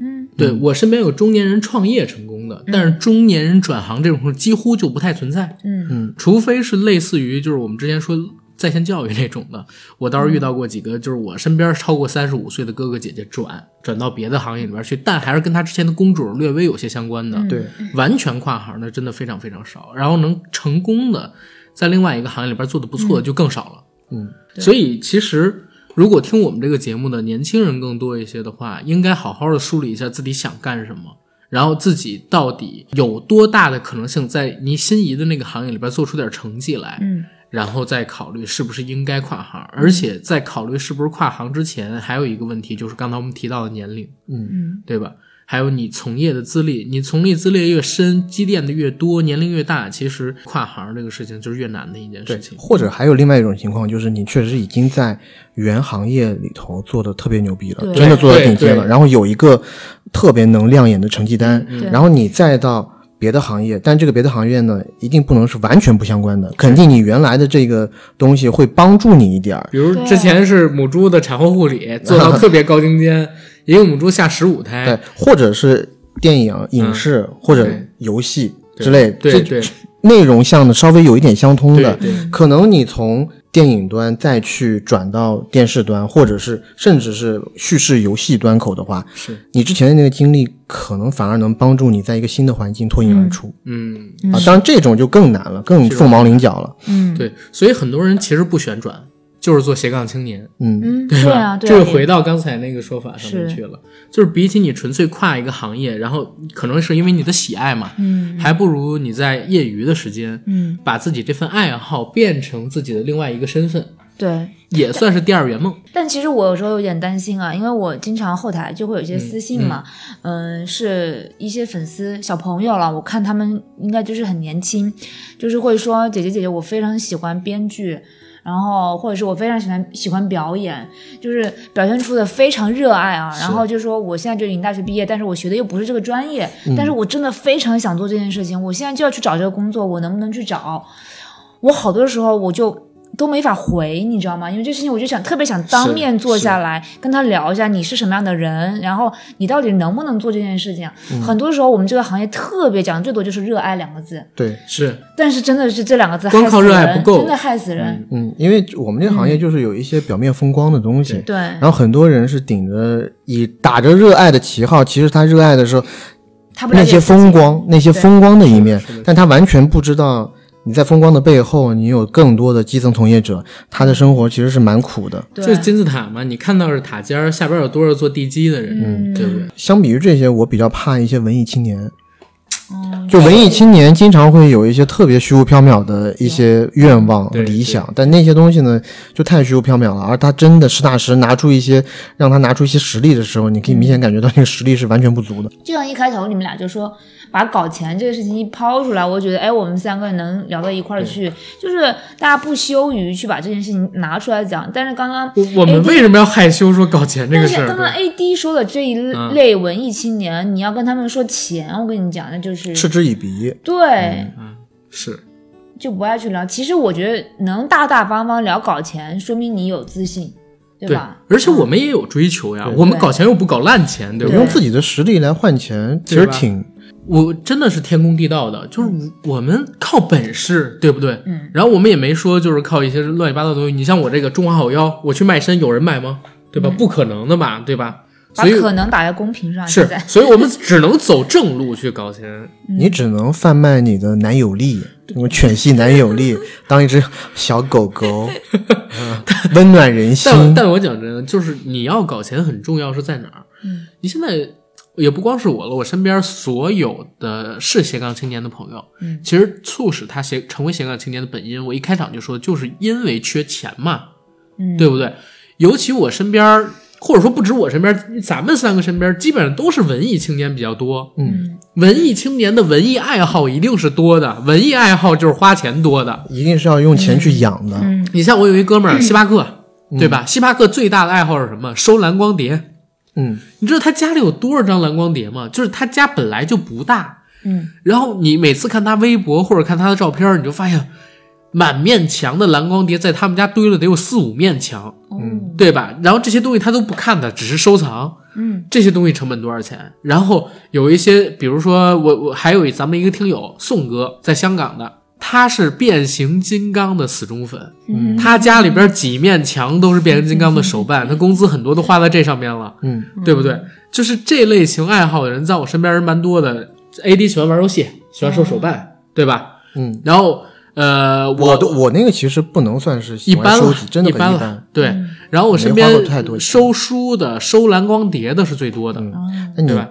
嗯，对我身边有中年人创业成功的，但是中年人转行这种事几乎就不太存在。嗯嗯除非是类似于就是我们之前说在线教育那种的，我倒是遇到过几个，就是我身边超过三十五岁的哥哥姐姐转嗯转到别的行业里边去，但还是跟他之前的工种略微有些相关的，嗯对，完全跨行的真的非常非常少，然后能成功的在另外一个行业里边做的不错的就更少了。嗯，所以其实。如果听我们这个节目的年轻人更多一些的话，应该好好的梳理一下自己想干什么，然后自己到底有多大的可能性在你心仪的那个行业里边做出点成绩来。嗯然后再考虑是不是应该跨行。而且在考虑是不是跨行之前，还有一个问题就是刚才我们提到的年龄，嗯，对吧？还有你从业的资历，你从业资历越深，积淀的越多，年龄越大，其实跨行这个事情就是越难的一件事对情，。嗯或者还有另外一种情况，就是你确实已经在原行业里头做的特别牛逼了，对真的做的顶尖对了，对嗯然后有一个特别能亮眼的成绩单，对然后你再到别的行业，但这个别的行业呢，一定不能是完全不相关的，肯定你原来的这个东西会帮助你一点儿。比如对之前是母猪的产后护 理，做到特别高精尖，一个母猪下十五胎，对，或者是电影、影视、或者哎嗯对游戏之类，对对内容向的稍微有一点相通的，对可能你从电影端再去转到电视端，或者是甚至是叙事游戏端口的话，是，你之前的那个经历可能反而能帮助你在一个新的环境脱颖而出、嗯，嗯啊。当然，这种就更难了，更凤毛麟角了。嗯，对，所以很多人其实不旋转，就是做斜杠青年，嗯，嗯，对吧？啊，对这啊，就回到刚才那个说法上面是去了，就是比起你纯粹跨一个行业，然后可能是因为你的喜爱嘛，嗯还不如你在业余的时间，嗯，把自己这份爱好变成自己的另外一个身份，对。也算是第二圆梦。但其实我有时候有点担心啊，因为我经常后台就会有一些私信嘛，嗯、是一些粉丝小朋友了，我看他们应该就是很年轻，就是会说姐姐姐姐，我非常喜欢编剧。然后，或者是我非常喜欢喜欢表演，就是表现出的非常热爱啊。然后就说我现在就已经大学毕业，但是我学的又不是这个专业，但是我真的非常想做这件事情，我现在就要去找这个工作，我能不能去找？我好多时候我就都没法回，你知道吗？因为这事情我就想特别想当面坐下来跟他聊一下，你是什么样的人，然后你到底能不能做这件事情啊。很多时候我们这个行业特别讲最多就是热爱两个字，对，是，但是真的是这两个字光害死靠热爱人不够真的害死人。嗯，因为我们这个行业嗯就是有一些表面风光的东西，对，然后很多人是顶着以打着热爱的旗号，其实他热爱的时候他不了那解些自己风光，那些对风光的一面，但他完全不知道你在风光的背后，你有更多的基层从业者，他的生活其实是蛮苦的。对这是金字塔嘛？你看到是塔尖儿，下边有多少做地基的人，嗯对不对？相比于这些，我比较怕一些文艺青年。嗯就文艺青年经常会有一些特别虚无缥缈的一些愿望、对理想，但那些东西呢，就太虚无缥缈了。而他真的实打实拿出一些，让他拿出一些实力的时候，你可以明显感觉到那个实力是完全不足的。就像一开头你们俩就说把搞钱这个事情一抛出来，我觉得哎，我们三个能聊到一块儿去，就是大家不羞于去把这件事情拿出来讲。但是刚刚我我们 AD 为什么要害羞说搞钱这哎但个是哎事儿？刚刚对嗯 A D 说的这一类文艺青年，你要跟他们说钱，我跟你讲，那就是嗤之以鼻，对，是就不爱去聊。其实我觉得能大大方方聊搞钱，说明你有自信，对对吧？，嗯而且我们也有追求呀，我们搞钱又不搞烂钱，对不对对用？自己的实力来换钱，其对实吧挺我真的是天公地道的，就是我们靠本事，对不对？嗯。然后我们也没说就是靠一些乱七八糟的东西。你像我这个中华好腰，我去卖身，有人买吗？对吧？不可能的嘛，对吧？嗯把所以可能打在公屏上，现是在，所以我们只能走正路去搞钱。你只能贩卖你的男友力，那种犬系男 友力，当一只小狗狗，嗯温暖人心。但但我讲真的，就是你要搞钱很重要是在哪儿？嗯，你现在也不光是我了，我身边所有的是斜杠青年的朋友，嗯其实促使他斜成为斜杠青年的本因，我一开场就说，就是因为缺钱嘛，嗯对不对？尤其我身边儿，或者说不止我身边儿，咱们三个身边儿基本上都是文艺青年比较多。嗯，文艺青年的文艺爱好一定是多的，文艺爱好就是花钱多的。一定是要用钱去养的。嗯你像我有一哥们儿，星巴克，对吧？星巴克最大的爱好是什么？收蓝光碟。嗯，你知道他家里有多少张蓝光碟吗？就是他家本来就不大，嗯，然后你每次看他微博或者看他的照片儿，你就发现满面墙的蓝光碟在他们家堆了得有四五面墙，哦，对吧？然后这些东西他都不看的，只是收藏。嗯，这些东西成本多少钱？然后有一些，比如说我我还有一咱们一个听友宋哥，在香港的，他是变形金刚的死忠粉，嗯他家里边几面墙都是变形金刚的手办，他工资很多都花在这上面了，嗯，对不对？就是这类型爱好的人，在我身边人蛮多的。AD 喜欢玩游戏，喜欢收手办，对吧？嗯，然后呃，我的我那个其实不能算是喜一欢般收了集，，真的一很般一了。对，然后我身没花过太多边钱嗯收书的、收蓝光碟的是最多的，那你对吧？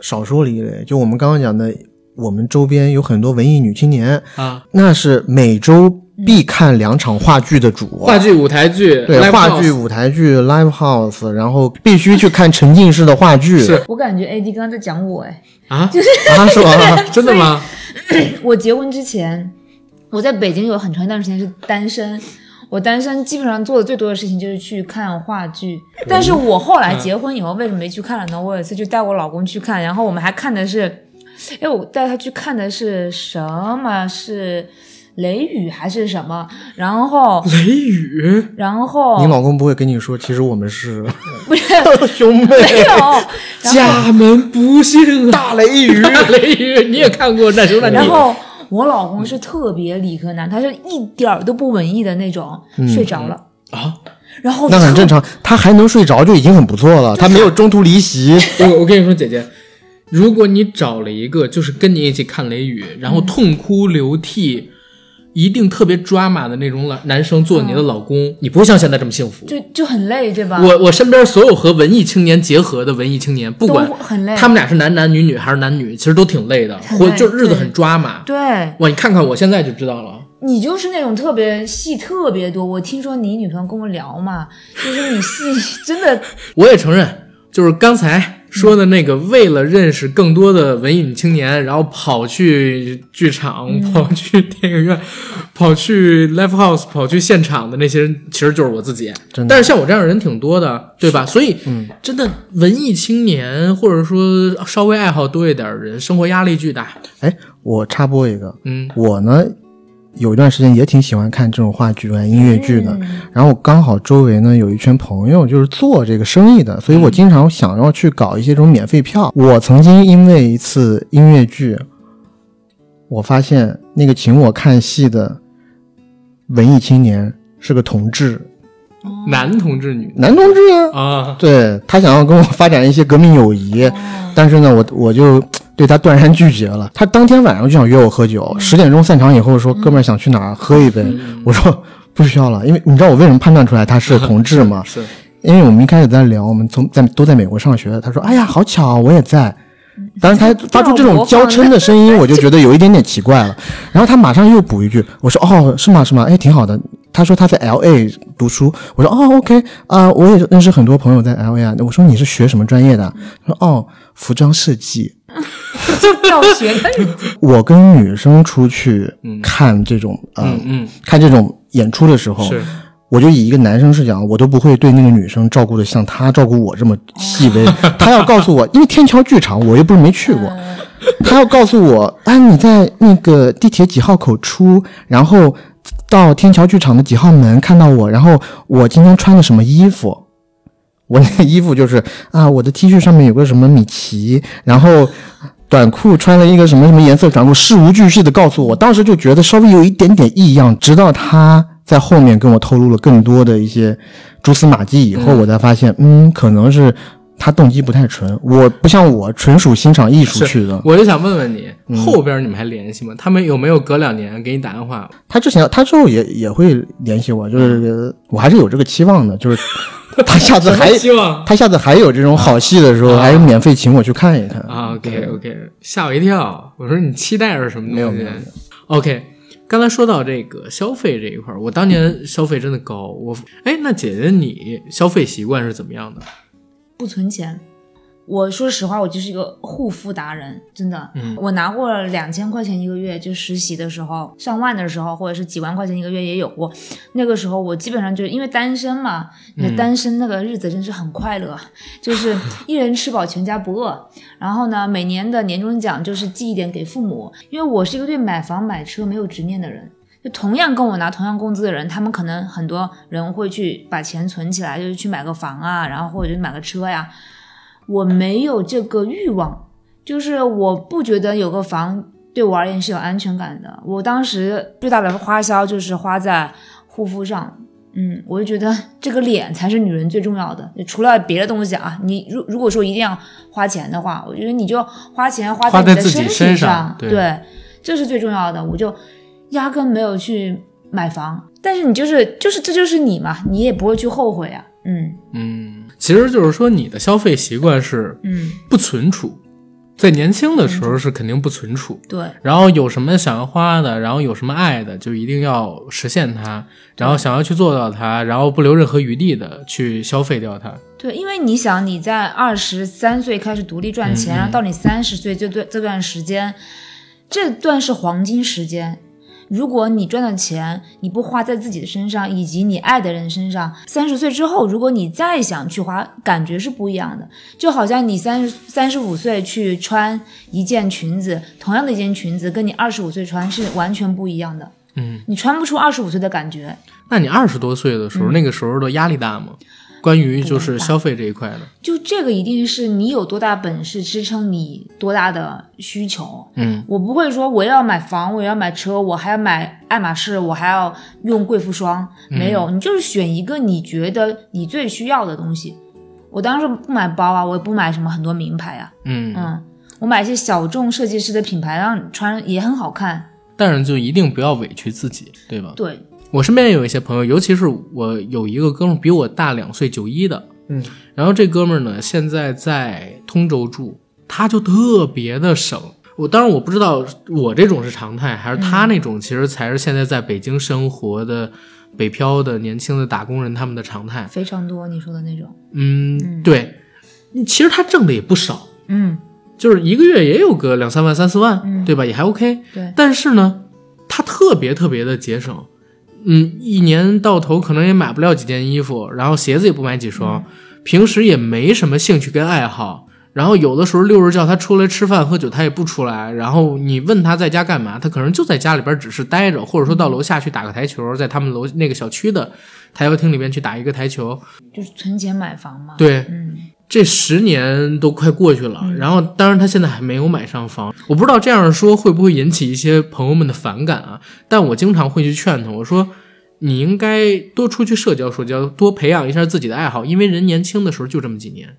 少说了一类，就我们刚刚讲的，我们周边有很多文艺女青年，啊，那是每周必看两场话剧的主啊、嗯话剧、舞台剧、对 live 话剧、 house 舞台剧、live house，然后必须去看沉浸式的话剧，是我感觉 AD 刚刚在讲我哎，啊，啊，是吧？真的吗？我结婚之前，我在北京有很长一段时间是单身。我单身基本上做的最多的事情就是去看话剧，但是我后来结婚以后为什么没去看了呢？我有一次就带我老公去看，然后我们还看的是，哎，我带他去看的是什么？是雷雨还是什么？然后雷雨然后你老公不会跟你说，其实我们是 不是兄妹，没有，然后家门不幸啊，大雷雨。雷雨你也看过《那时候那然你后我老公是特别理科男，他是一点儿都不文艺的那种，嗯睡着了。啊？然 后那很特正常，他还能睡着就已经很不错了，他没有中途离席。我我跟你说，姐姐，如果你找了一个就是跟你一起看雷雨，然嗯后痛哭流涕，一定特别 drama 的那种老男生做你嗯的老公，你不会像现在这么幸福。就就很累，对吧？我我身边所有和文艺青年结合的文艺青年，不管都很累他们俩是男男女女还是男女，其实都挺累的，很活累就日子对很 drama。对哇，你看看我现在就知道了。你就是那种特别戏特别多。我听说你女朋友跟我聊嘛，就是你戏 真的我也承认，就是刚才说的那个，为了认识更多的文艺女青年，然后跑去剧场、跑去电影院、 跑去 live house、跑去现场的那些人，其实就是我自己。真的嗯但是像我这样的人挺多的，对吧？所以，真的文艺青年，或者说稍微爱好多一点的人，生活压力巨大。 哎，我插播一个，嗯，我呢有一段时间也挺喜欢看这种话剧啊、音乐剧的。嗯然后我刚好周围呢有一圈朋友就是做这个生意的，所以我经常想要去搞一些这种免费票。我曾经因为一次音乐剧，我发现那个请我看戏的文艺青年是个同志，男同志、女男同志啊，啊，对他想要跟我发展一些革命友谊，但是呢，我我就对他断然拒绝了。他当天晚上就想约我喝酒，十点钟散场以后说：“哥们儿想去哪儿喝一杯？”我说：“不需要了，因为你知道我为什么判断出来他是同志吗？哦是因为我们一开始在聊，我们从在都在美国上学，他说：‘哎呀，好巧，我也在。’嗯当然，他发出这种娇嗔的声音，我就觉得有一点点奇怪了。然后他马上又补一句：“我说哦，是吗？是吗？哎，挺好的。”他说他在 L A 读书，我说哦，OK 啊、我也认识很多朋友在 L A 啊。我说你是学什么专业的？他说哦，服装设计。要学的女我跟女生出去看这种，呃、嗯嗯，看这种演出的时候，是我就以一个男生视角，我都不会对那个女生照顾的像她照顾我这么细微。她要告诉我，因为天桥剧场我又不是没去过， 她要告诉我，啊，你在那个地铁几号口出，然后到天桥剧场的几号门看到我，然后我今天穿的什么衣服。我那个衣服就是啊，我的 T 恤上面有个什么米奇，然后短裤穿了一个什么什么颜色短裤，事无巨细的告诉我，当时就觉得稍微有一点点异样，直到他在后面跟我透露了更多的一些蛛丝马迹以后，我才发现，嗯，可能是他动机不太纯，我不像我纯属欣赏艺术去的。我就想问问你，嗯后边你们还联系吗？他们有没有隔两年给你打电话？他之前他之后也也会联系我，就是我还是有这个期望的，就是 他下 次还嗯希望他下次还有这种好戏的时候，还是免费请我去看一看啊，OK OK，吓我一跳，我说你期待是什么没有东没西有没有？OK，刚才说到这个消费这一块儿，我当年消费真的高，我哎，那姐姐你消费习惯是怎么样的？不存钱。我说实话，我就是一个护肤达人，真的。嗯，我拿过两千块钱一个月，就实习的时候，上万的时候，或者是几万块钱一个月也有过。那个时候，我基本上就是因为单身嘛，那单身那个日子真是很快乐，就是 一人吃饱全家不饿。然后呢，每年的年终奖就是寄一点给父母，因为我是一个对买房买车没有执念的人。就同样跟我拿同样工资的人，他们可能很多人会去把钱存起来，就是去买个房啊，然后或者是买个车呀、我没有这个欲望，就是我不觉得有个房对我而言是有安全感的。我当时最大的花销就是花在护肤上，嗯，我就觉得这个脸才是女人最重要的，除了别的东西啊。你如如果说一定要花钱的话，我觉得你就花钱花花在你的自己体身上上对对，这是最重要的。我就压根没有去买房，但是你就是就是这就是你嘛，你也不会去后悔啊，嗯嗯，其实就是说你的消费习惯是嗯。不存储，在年轻的时候是肯定不存储，对，然后有什么想要花的，然后有什么爱的，就一定要实现它，然后想要去做到它，然后不留任何余地的去消费掉它。对，因为你想，你在二十三岁开始独立赚钱，然后到你三十岁这段这段时间，这段是黄金时间。如果你赚的钱你不花在自己的身上，以及你爱的人身上，三十岁之后，如果你再想去花，感觉是不一样的。就好像你三十三十五岁去穿一件裙子，同样的一件裙子，跟你二十五岁穿是完全不一样的。嗯，你穿不出二十五岁的感觉。那你二十多岁的时候，那个时候的压力大吗？关于就是消费这一块的，就这个一定是你有多大本事支撑你多大的需求。嗯，我不会说我要买房，我要买车，我还要买爱马仕，我还要用贵妇霜。没有，嗯你就是选一个你觉得你最需要的东西。我当时不买包啊，我也不买什么很多名牌啊，嗯，嗯，我买一些小众设计师的品牌，让你穿也很好看。但是就一定不要委屈自己，对吧？对，我身边有一些朋友，尤其是我有一个哥们儿比我大两岁，九一的，嗯，然后这哥们儿呢现在在通州住，他就特别的省。我当然我不知道我这种是常态，还是他那种其实才是现在在北京生活的北漂的年轻的打工人他们的常态。非常多你说的那种，嗯，对，其实他挣的也不少，嗯，就是一个月也有个两三万、三四万，嗯对吧？也还 OK。对但是呢，他特别特别的节省，嗯，一年到头可能也买不了几件衣服，然后鞋子也不买几双，平时也没什么兴趣跟爱好。然后有的时候六日叫他出来吃饭喝酒，他也不出来。然后你问他在家干嘛，他可能就在家里边只是待着，或者说到楼下去打个台球，在他们楼那个小区的台球厅里边去打一个台球。就是存钱买房嘛。，对，嗯，这十年都快过去了，然后当然他现在还没有买上房，我不知道这样说会不会引起一些朋友们的反感啊？但我经常会去劝他，我说你应该多出去社交社交，多培养一下自己的爱好，因为人年轻的时候就这么几年。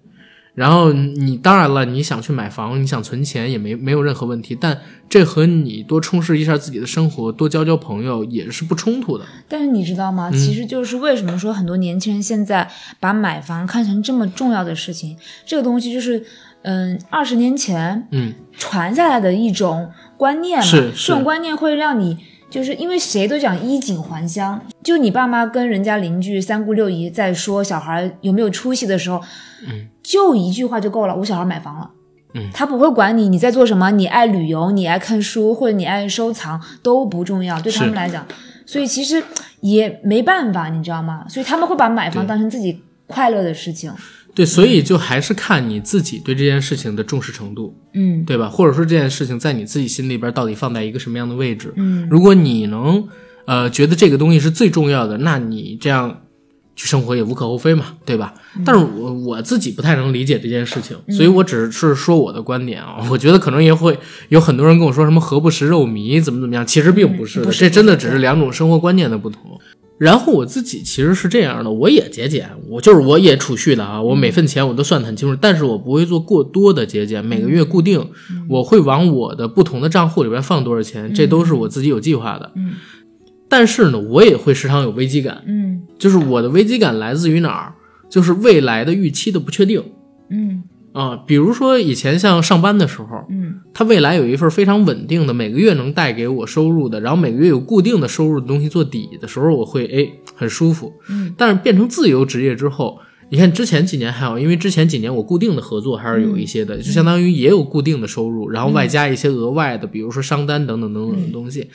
然后你当然了，你想去买房，你想存钱也没没有任何问题，但这和你多充实一下自己的生活，多交交朋友也是不冲突的。但是你知道吗？其实就是为什么说很多年轻人现在把买房看成这么重要的事情，这个东西就是，嗯，二十年前嗯，传下来的一种观念嘛。是是这种观念会让你。就是因为谁都讲衣锦还乡，就你爸妈跟人家邻居三姑六姨在说小孩有没有出息的时候，嗯，就一句话就够了。我小孩买房了，嗯他不会管你你在做什么，你爱旅游，你爱看书，或者你爱收藏都不重要，对他们是来讲，所以其实也没办法，你知道吗？所以他们会把买房对当成自己快乐的事情，对，所以就还是看你自己对这件事情的重视程度。嗯对吧？或者说这件事情在你自己心里边到底放在一个什么样的位置？嗯，如果你能，呃，觉得这个东西是最重要的，那你这样去生活也无可厚非嘛，对吧？嗯但是我我自己不太能理解这件事情，所以我只是说我的观点啊。 我觉得可能也会有很多人跟我说什么“何不食肉糜”怎么怎么样，其实并不是的，嗯不是这真的不是只是两种生活观念的不同。然后我自己其实是这样的，我也节俭，我就是我也储蓄的嗯啊，我每份钱我都算得很清楚，但是我不会做过多的节俭，每个月固定，嗯我会往我的不同的账户里边放多少钱，这都是我自己有计划的。嗯但是呢，我也会时常有危机感，嗯就是我的危机感来自于哪儿？就是未来的预期的不确定嗯啊、比如说以前像上班的时候，嗯它未来有一份非常稳定的，每个月能带给我收入的，然后每个月有固定的收入的东西做底的时候，我会哎很舒服。嗯，但是变成自由职业之后，你看之前几年还好，因为之前几年我固定的合作还是有一些的，就相当于也有固定的收入，然后外加一些额外的，比如说商单等等等等的东西。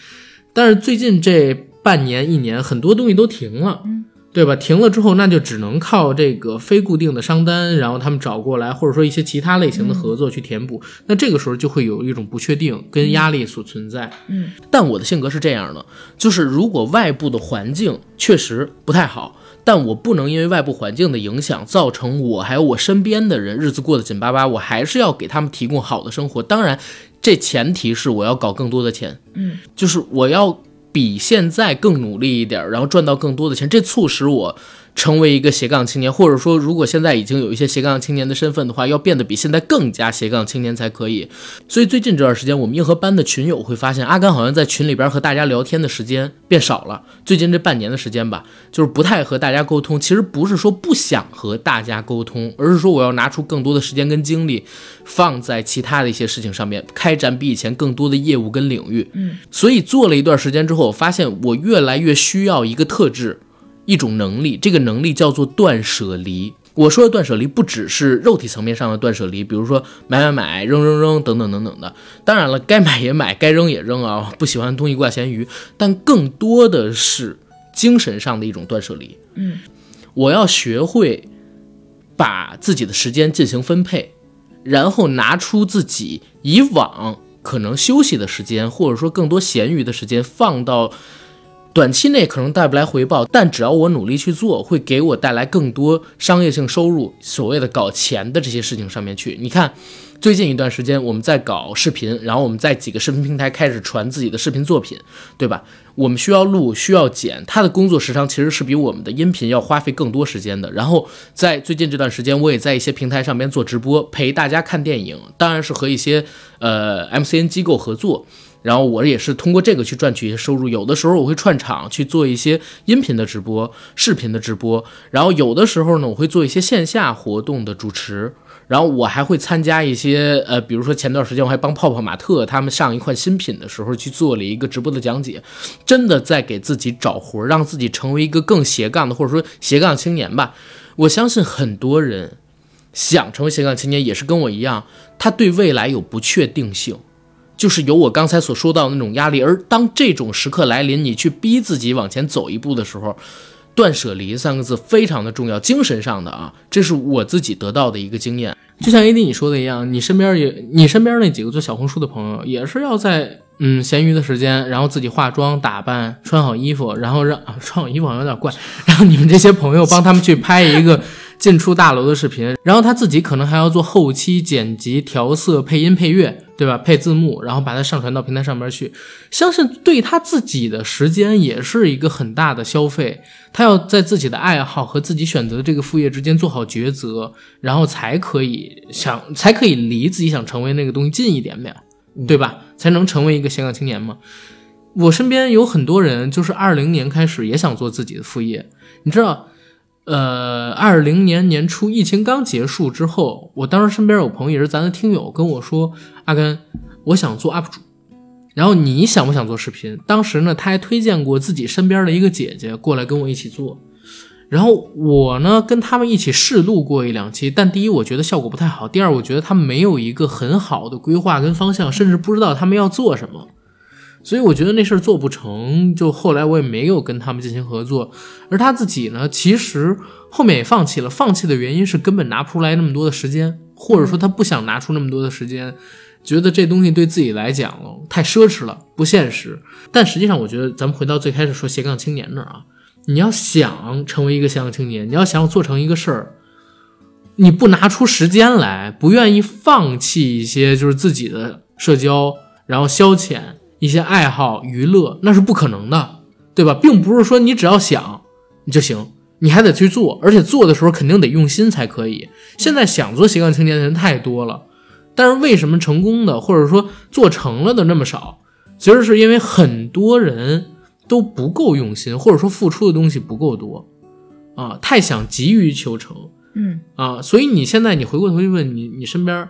但是最近这半年一年，很多东西都停了。对吧？停了之后，那就只能靠这个非固定的商单，然后他们找过来，或者说一些其他类型的合作去填补。那这个时候就会有一种不确定跟压力所存在。嗯，但我的性格是这样的，就是如果外部的环境确实不太好，但我不能因为外部环境的影响，造成我还有我身边的人日子过得紧巴巴，我还是要给他们提供好的生活。当然，这前提是我要搞更多的钱。就是我要比现在更努力一点儿，然后赚到更多的钱，这促使我成为一个斜杠青年，或者说，如果现在已经有一些斜杠青年的身份的话，要变得比现在更加斜杠青年才可以。所以最近这段时间，我们硬核班的群友会发现，阿甘好像在群里边和大家聊天的时间变少了。最近这半年的时间吧，就是不太和大家沟通。其实不是说不想和大家沟通，而是说我要拿出更多的时间跟精力，放在其他的一些事情上面，开展比以前更多的业务跟领域。嗯，所以做了一段时间之后，我发现我越来越需要一个特质，一种能力，这个能力叫做断舍离。我说的断舍离不只是肉体层面上的断舍离，比如说买买买、扔扔扔等等等等的。当然了，该买也买，该扔也扔啊，不喜欢的东西挂咸鱼。但更多的是精神上的一种断舍离。嗯，我要学会把自己的时间进行分配，然后拿出自己以往可能休息的时间，或者说更多闲余的时间，放到短期内可能带不来回报，但只要我努力去做，会给我带来更多商业性收入。所谓的搞钱的这些事情上面去，你看。最近一段时间，我们在搞视频，然后我们在几个视频平台开始传自己的视频作品，对吧？我们需要录，需要剪，他的工作时长其实是比我们的音频要花费更多时间的。然后在最近这段时间，我也在一些平台上面做直播，陪大家看电影，当然是和一些呃 MCN 机构合作。然后我也是通过这个去赚取一些收入，有的时候我会串场去做一些音频的直播、视频的直播，然后有的时候呢，我会做一些线下活动的主持，然后我还会参加一些呃，比如说前段时间我还帮泡泡玛特他们上一款新品的时候去做了一个直播的讲解，真的在给自己找活儿，让自己成为一个更斜杠的或者说斜杠青年吧。我相信很多人想成为斜杠青年，也是跟我一样，他对未来有不确定性。就是有我刚才所说到的那种压力，而当这种时刻来临，你去逼自己往前走一步的时候，断舍离三个字非常的重要，精神上的啊，这是我自己得到的一个经验。就像 AD 你说的一样，你身边也，你身边那几个做小红书的朋友，也是要在嗯闲余的时间，然后自己化妆打扮，穿好衣服，然后让、 啊、穿好衣服好像有点怪，让你们这些朋友帮他们去拍一个进出大楼的视频，然后他自己可能还要做后期剪辑、调色、配音、配乐，对吧？配字幕，然后把它上传到平台上面去。相信对他自己的时间也是一个很大的消费，他要在自己的爱好和自己选择的这个副业之间做好抉择，然后才可以想，才可以离自己想成为那个东西近一点点，对吧？才能成为一个斜杠青年嘛。我身边有很多人，就是二零年开始也想做自己的副业，你知道。呃，二零年年初疫情刚结束之后，我当时身边有朋友也是咱的听友跟我说：“阿甘，我想做 UP 主，然后你想不想做视频？”当时呢，他还推荐过自己身边的一个姐姐过来跟我一起做，然后我呢跟他们一起试录过一两期，但第一我觉得效果不太好，第二我觉得他们没有一个很好的规划跟方向，甚至不知道他们要做什么。所以我觉得那事儿做不成就，后来我也没有跟他们进行合作。而他自己呢，其实后面也放弃了。放弃的原因是根本拿不出来那么多的时间，或者说他不想拿出那么多的时间，觉得这东西对自己来讲哦太奢侈了，不现实。但实际上，我觉得咱们回到最开始说斜杠青年那儿啊，你要想成为一个斜杠青年，你要想要做成一个事儿，你不拿出时间来，不愿意放弃一些就是自己的社交，然后消遣一些爱好娱乐，那是不可能的，对吧？并不是说你只要想你就行，你还得去做，而且做的时候肯定得用心才可以。现在想做斜杠青年的人太多了，但是为什么成功的或者说做成了的那么少？其实是因为很多人都不够用心，或者说付出的东西不够多，啊，太想急于求成。嗯，啊，所以你现在你回过头去问你，你身边儿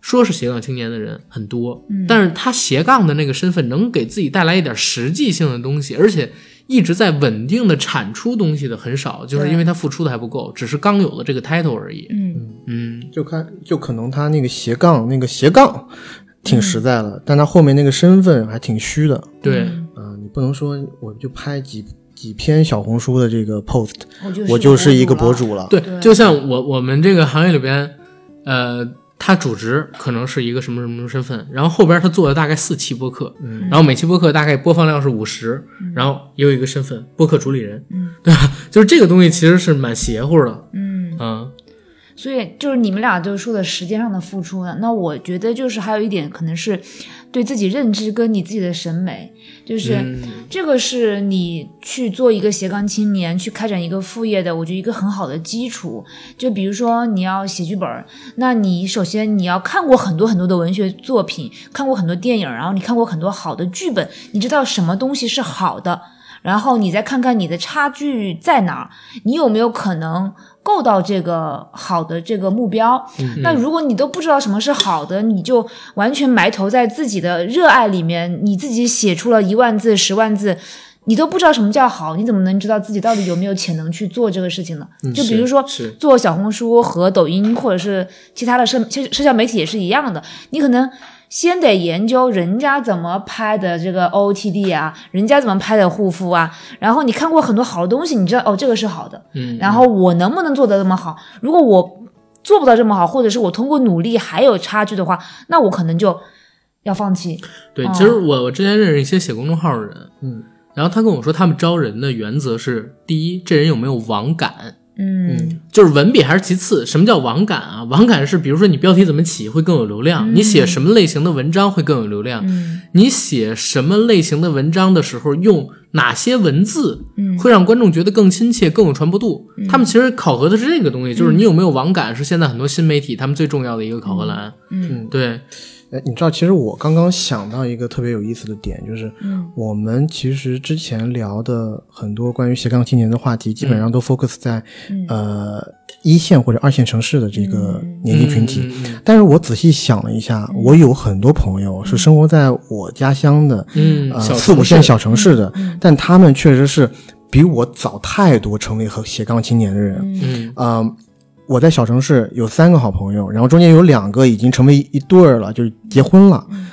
说是斜杠青年的人很多，嗯但是他斜杠的那个身份能给自己带来一点实际性的东西，而且一直在稳定的产出东西的很少，就是对因为他付出的还不够，只是刚有了这个 title 而已。嗯，嗯，就看就可能他那个斜杠那个斜杠嗯挺实在了，但他后面那个身份还挺虚的对，嗯啊、你不能说我就拍几几篇小红书的这个 post，我就是我就是一个博了，主了。对，对就像我我们这个行业里边，呃，他主职可能是一个什么什么什么身份，然后后边他做了大概四期播客，嗯然后每期播客大概播放量是五十、然后也有一个身份，播客主理人，嗯 对吧？就是这个东西其实是蛮邪乎的，嗯，嗯，所以就是你们俩就是说的时间上的付出呢，啊那我觉得就是还有一点可能是对自己认知跟你自己的审美，就是、嗯这个是你去做一个斜杠青年，去开展一个副业的，我觉得一个很好的基础。就比如说你要写剧本儿，那你首先你要看过很多很多的文学作品，看过很多电影，然后你看过很多好的剧本，你知道什么东西是好的，然后你再看看你的差距在哪儿，你有没有可能够到这个好的这个目标？嗯那如果你都不知道什么是好的，你就完全埋头在自己的热爱里面，你自己写出了一万字、十万字。你都不知道什么叫好，你怎么能知道自己到底有没有潜能去做这个事情呢？就比如说嗯是做小红书和抖音，或者是其他的社社社交媒体也是一样的，你可能。先得研究人家怎么拍的这个 OOTD 啊，人家怎么拍的护肤啊，然后你看过很多好的东西，你知道哦这个是好的，嗯，然后我能不能做得这么好？如果我做不到这么好，或者是我通过努力还有差距的话，那我可能就要放弃。对，哦其实我我之前认识一些写公众号的人，嗯，然后他跟我说，他们招人的原则是：第一，这人有没有网感，嗯就是文笔还是其次。什么叫网感啊？网感是比如说你标题怎么起会更有流量，你写什么类型的文章会更有流量，嗯你写什么类型的文章的时候用哪些文字嗯会让观众觉得更亲切、更有传播度。他们其实考核的是这个东西，嗯就是你有没有网感，是现在很多新媒体他们最重要的一个考核栏。嗯对，哎，你知道，其实我刚刚想到一个特别有意思的点，就是嗯我们其实之前聊的很多关于斜杠青年的话题，基本上都 focus 在、嗯呃一线或者二线城市的这个嗯年龄群体。嗯嗯但是我仔细想了一下，我有很多朋友嗯是生活在我家乡的，嗯呃小四五城市线小城市的，嗯但他们确实是比我早太多成为和斜杠青年的人。嗯嗯嗯，我在小城市有三个好朋友，然后中间有两个已经成为一对儿了，就是结婚了。嗯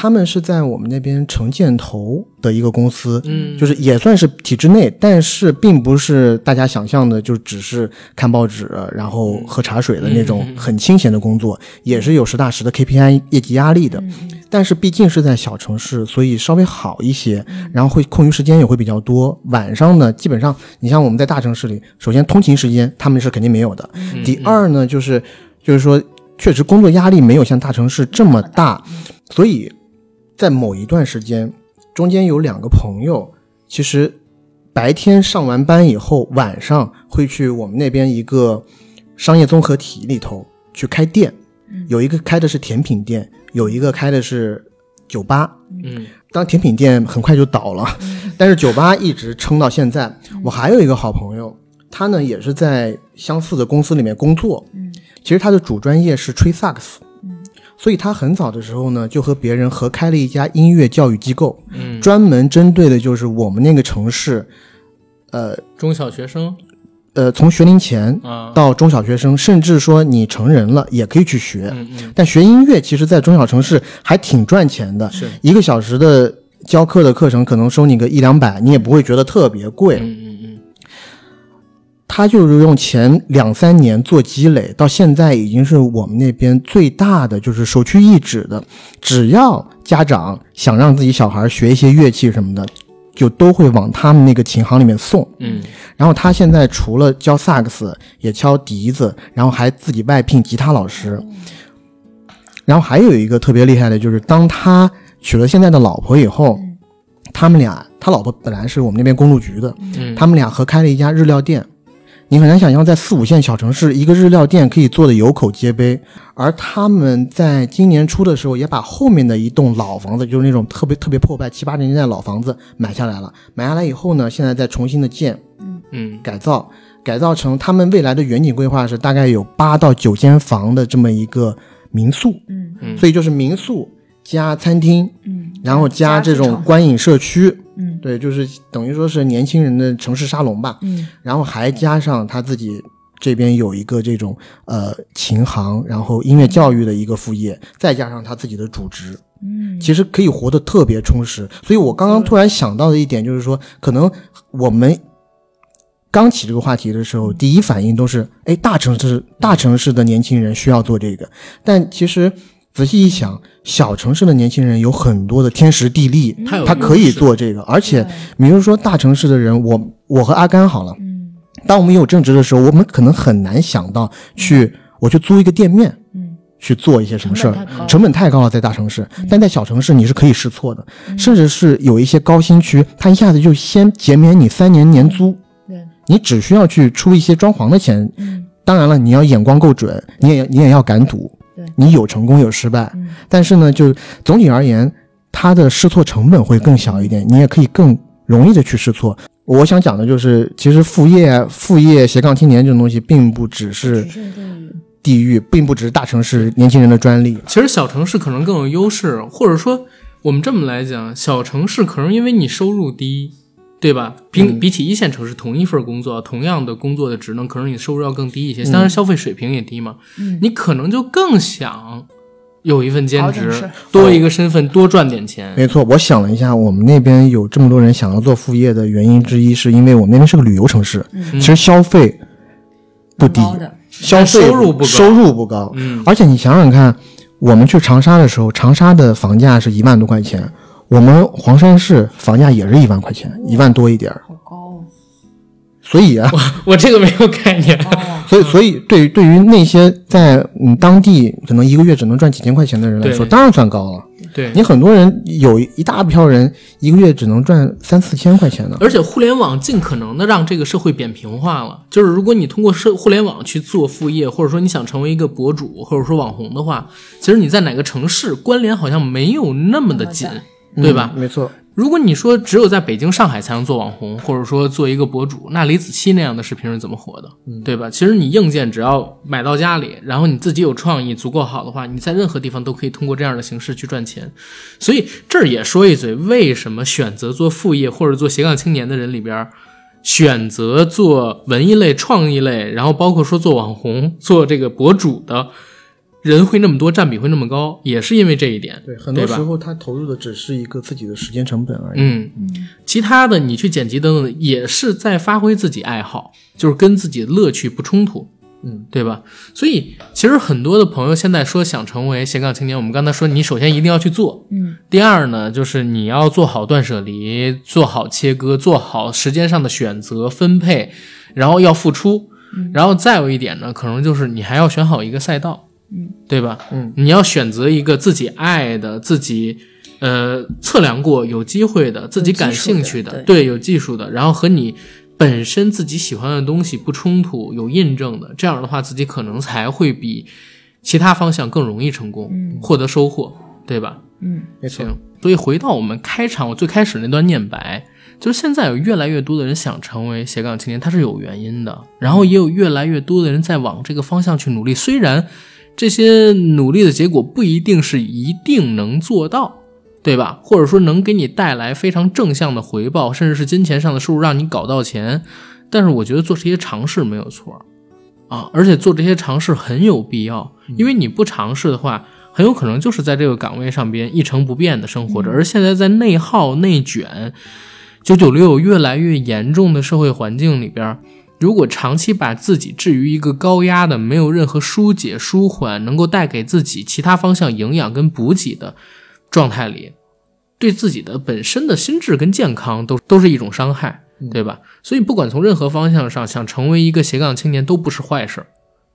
他们是在我们那边城建投的一个公司，嗯就是也算是体制内，但是并不是大家想象的，就只是看报纸然后喝茶水的那种很清闲的工作，也是有实打实的 KPI 业绩压力的。但是毕竟是在小城市，所以稍微好一些，然后会空余时间也会比较多。晚上呢，基本上你像我们在大城市里，首先通勤时间他们是肯定没有的。第二呢，就是就是说，确实工作压力没有像大城市这么大，所以在某一段时间，中间有两个朋友，其实白天上完班以后，晚上会去我们那边一个商业综合体里头去开店，有一个开的是甜品店，有一个开的是酒吧。嗯当甜品店很快就倒了，但是酒吧一直撑到现在。我还有一个好朋友，他呢也是在相似的公司里面工作，嗯其实他的主专业是吹萨克斯，所以他很早的时候呢就和别人合开了一家音乐教育机构，嗯，专门针对的就是我们那个城市，呃中小学生呃，从学龄前啊，到中小学生，甚至说你成人了也可以去学。嗯嗯但学音乐其实，在中小城市还挺赚钱的，是一个小时的教课的课程可能收你个一两百，你也不会觉得特别贵。嗯嗯他就是用前两三年做积累，到现在已经是我们那边最大的，就是首屈一指的。只要家长想让自己小孩学一些乐器什么的，就都会往他们那个琴行里面送。嗯然后他现在除了教萨克斯，也敲笛子，然后还自己外聘吉他老师。然后还有一个特别厉害的，就是当他娶了现在的老婆以后，他们俩，他老婆本来是我们那边公路局的，嗯，他们俩合开了一家日料店。你很难想象，在四五线小城市，一个日料店可以做的有口皆碑。而他们在今年初的时候，也把后面的一栋老房子，就是那种特别特别破败七八十年代的老房子买下来了。买下来以后呢，现在再重新的建嗯改造，改造成他们未来的远景规划是大概有八到九间房的这么一个民宿。嗯嗯所以就是民宿加餐厅，嗯，然后加这种观影社区，嗯对，就是等于说是年轻人的城市沙龙吧。嗯然后还加上他自己这边有一个这种呃琴行，然后音乐教育的一个副业，再加上他自己的主职，嗯，其实可以活得特别充实。所以我刚刚突然想到的一点就是说，可能我们。刚起这个话题的时嗯候，第一反应都是，哎，大城市大城市的年轻人需要做这个，但其实仔细一想，小城市的年轻人有很多的天时地利，他有他优可以势做这个，而且嗯对比如说大城市的人，我我和阿甘好了，嗯当我们有正职的时候，我们可能很难想到去我去租一个店面，嗯，去做一些什么事儿成本太高，嗯成本太高了，在大城市，但在小城市你是可以试错的，甚至是有一些高新区，它一下子就先减免你三年年租，对，你只需要去出一些装潢的钱，嗯当然了，你要眼光够准，你也你也要敢赌对，你有成功有失败，嗯但是呢，就总体而言，它的试错成本会更小一点，你也可以更容易的去试错。我想讲的就是，其实副业、副业斜杠青年这种东西，并不只是局限地域，地域，并不只是大城市年轻人的专利。其实小城市可能更有优势，或者说我们这么来讲，小城市可能因为你收入低，对吧？比、嗯比起一线城市，同一份工作，同样的工作的职能，可能你收入要更低一些，当然消费水平也低嘛，嗯你可能就更想有一份兼搞点事职儿，多一个身份，多赚点钱。 没错，我想了一下，我们那边有这么多人想要做副业的原因之一，是因为我们那边是个旅游城市，其实消费不低，嗯高的消费收入不高嗯收入不高。而且你想想看，我们去长沙的时候，长沙的房价是一万多块钱，我们黄山市房价也是一万块钱，一万多一点儿。好高哦，所以啊，我这个没有概念，哦，所以所以对于对于那些在嗯当地可能一个月只能赚几千块钱的人来说，对当然算高了。对。你很多人有一大票人一个月只能赚三四千块钱呢。而且互联网尽可能的让这个社会扁平化了，就是如果你通过社互联网去做副业，或者说你想成为一个博主或者说网红的话，其实你在哪个城市关联好像没有那么的紧，对吧？没错，如果你说只有在北京、上海才能做网红，或者说做一个博主，那李子柒那样的视频是怎么火的，嗯对吧？其实你硬件只要买到家里，然后你自己有创意足够好的话，你在任何地方都可以通过这样的形式去赚钱。所以这儿也说一嘴，为什么选择做副业或者做斜杠青年的人里边儿，选择做文艺类、创意类，然后包括说做网红、做这个博主的人会那么多，占比会那么高，也是因为这一点，对，很多时吧？候他投入的只是一个自己的时间成本而已。嗯，其他的你去剪辑等等，也是在发挥自己爱好，就是跟自己的乐趣不冲突，嗯，对吧？所以其实很多的朋友现在说想成为斜杠青年，我们刚才说你首先一定要去做，嗯，第二呢就是你要做好断舍离，做好切割，做好时间上的选择分配，然后要付出，嗯然后再有一点呢，可能就是你还要选好一个赛道，嗯，对吧？嗯，你要选择一个自己爱的自己。呃，测量过有机会的，自己感兴趣的，有技术的对，有技术的，然后和你本身自己喜欢的东西不冲突，有印证的，这样的话，自己可能才会比其他方向更容易成功，嗯获得收获，对吧？嗯，没错。行，所以回到我们开场，我最开始那段念白，就是现在有越来越多的人想成为斜杠青年，它是有原因的，然后也有越来越多的人在往这个方向去努力，虽然这些努力的结果不一定是一定能做到。对吧？或者说能给你带来非常正向的回报，甚至是金钱上的收入，让你搞到钱。但是我觉得做这些尝试没有错啊，而且做这些尝试很有必要，因为你不尝试的话，很有可能就是在这个岗位上边一成不变的生活着。而现在在内耗、内卷、九九六越来越严重的社会环境里边。如果长期把自己置于一个高压的、没有任何疏解、舒缓，能够带给自己其他方向营养跟补给的状态里，对自己的本身的心智跟健康都都是一种伤害，对吧？所以不管从任何方向上，想成为一个斜杠青年都不是坏事儿，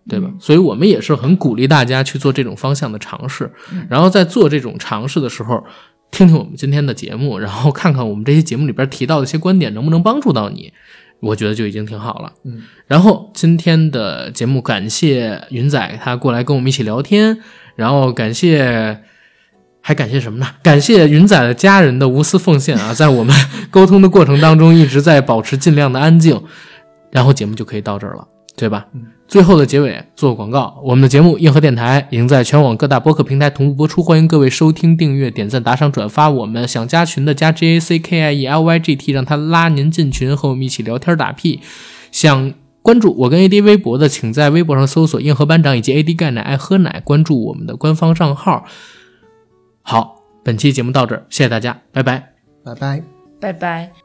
对吧？所以我们也是很鼓励大家去做这种方向的尝试，然后在做这种尝试的时候。听听我们今天的节目，然后看看我们这些节目里边提到的一些观点能不能帮助到你，我觉得就已经挺好了。然后今天的节目感谢云仔他过来跟我们一起聊天，然后感谢。还感谢什么呢？感谢云仔的家人的无私奉献啊，在我们沟通的过程当中，一直在保持尽量的安静，然后节目就可以到这儿了，对吧？最后的结尾做个广告，我们的节目《硬核电台》已经在全网各大播客平台同步播出，欢迎各位收听、订阅、点赞、打赏、转发。我们想加群的加 J A C K I E L Y G T，让他拉您进群，和我们一起聊天打屁。想关注我跟 AD 微博的，请在微博上搜索“硬核班长”以及 “AD 钙奶爱喝奶”，关注我们的官方账号。好，本期节目到这儿，谢谢大家，拜拜。拜拜。拜拜。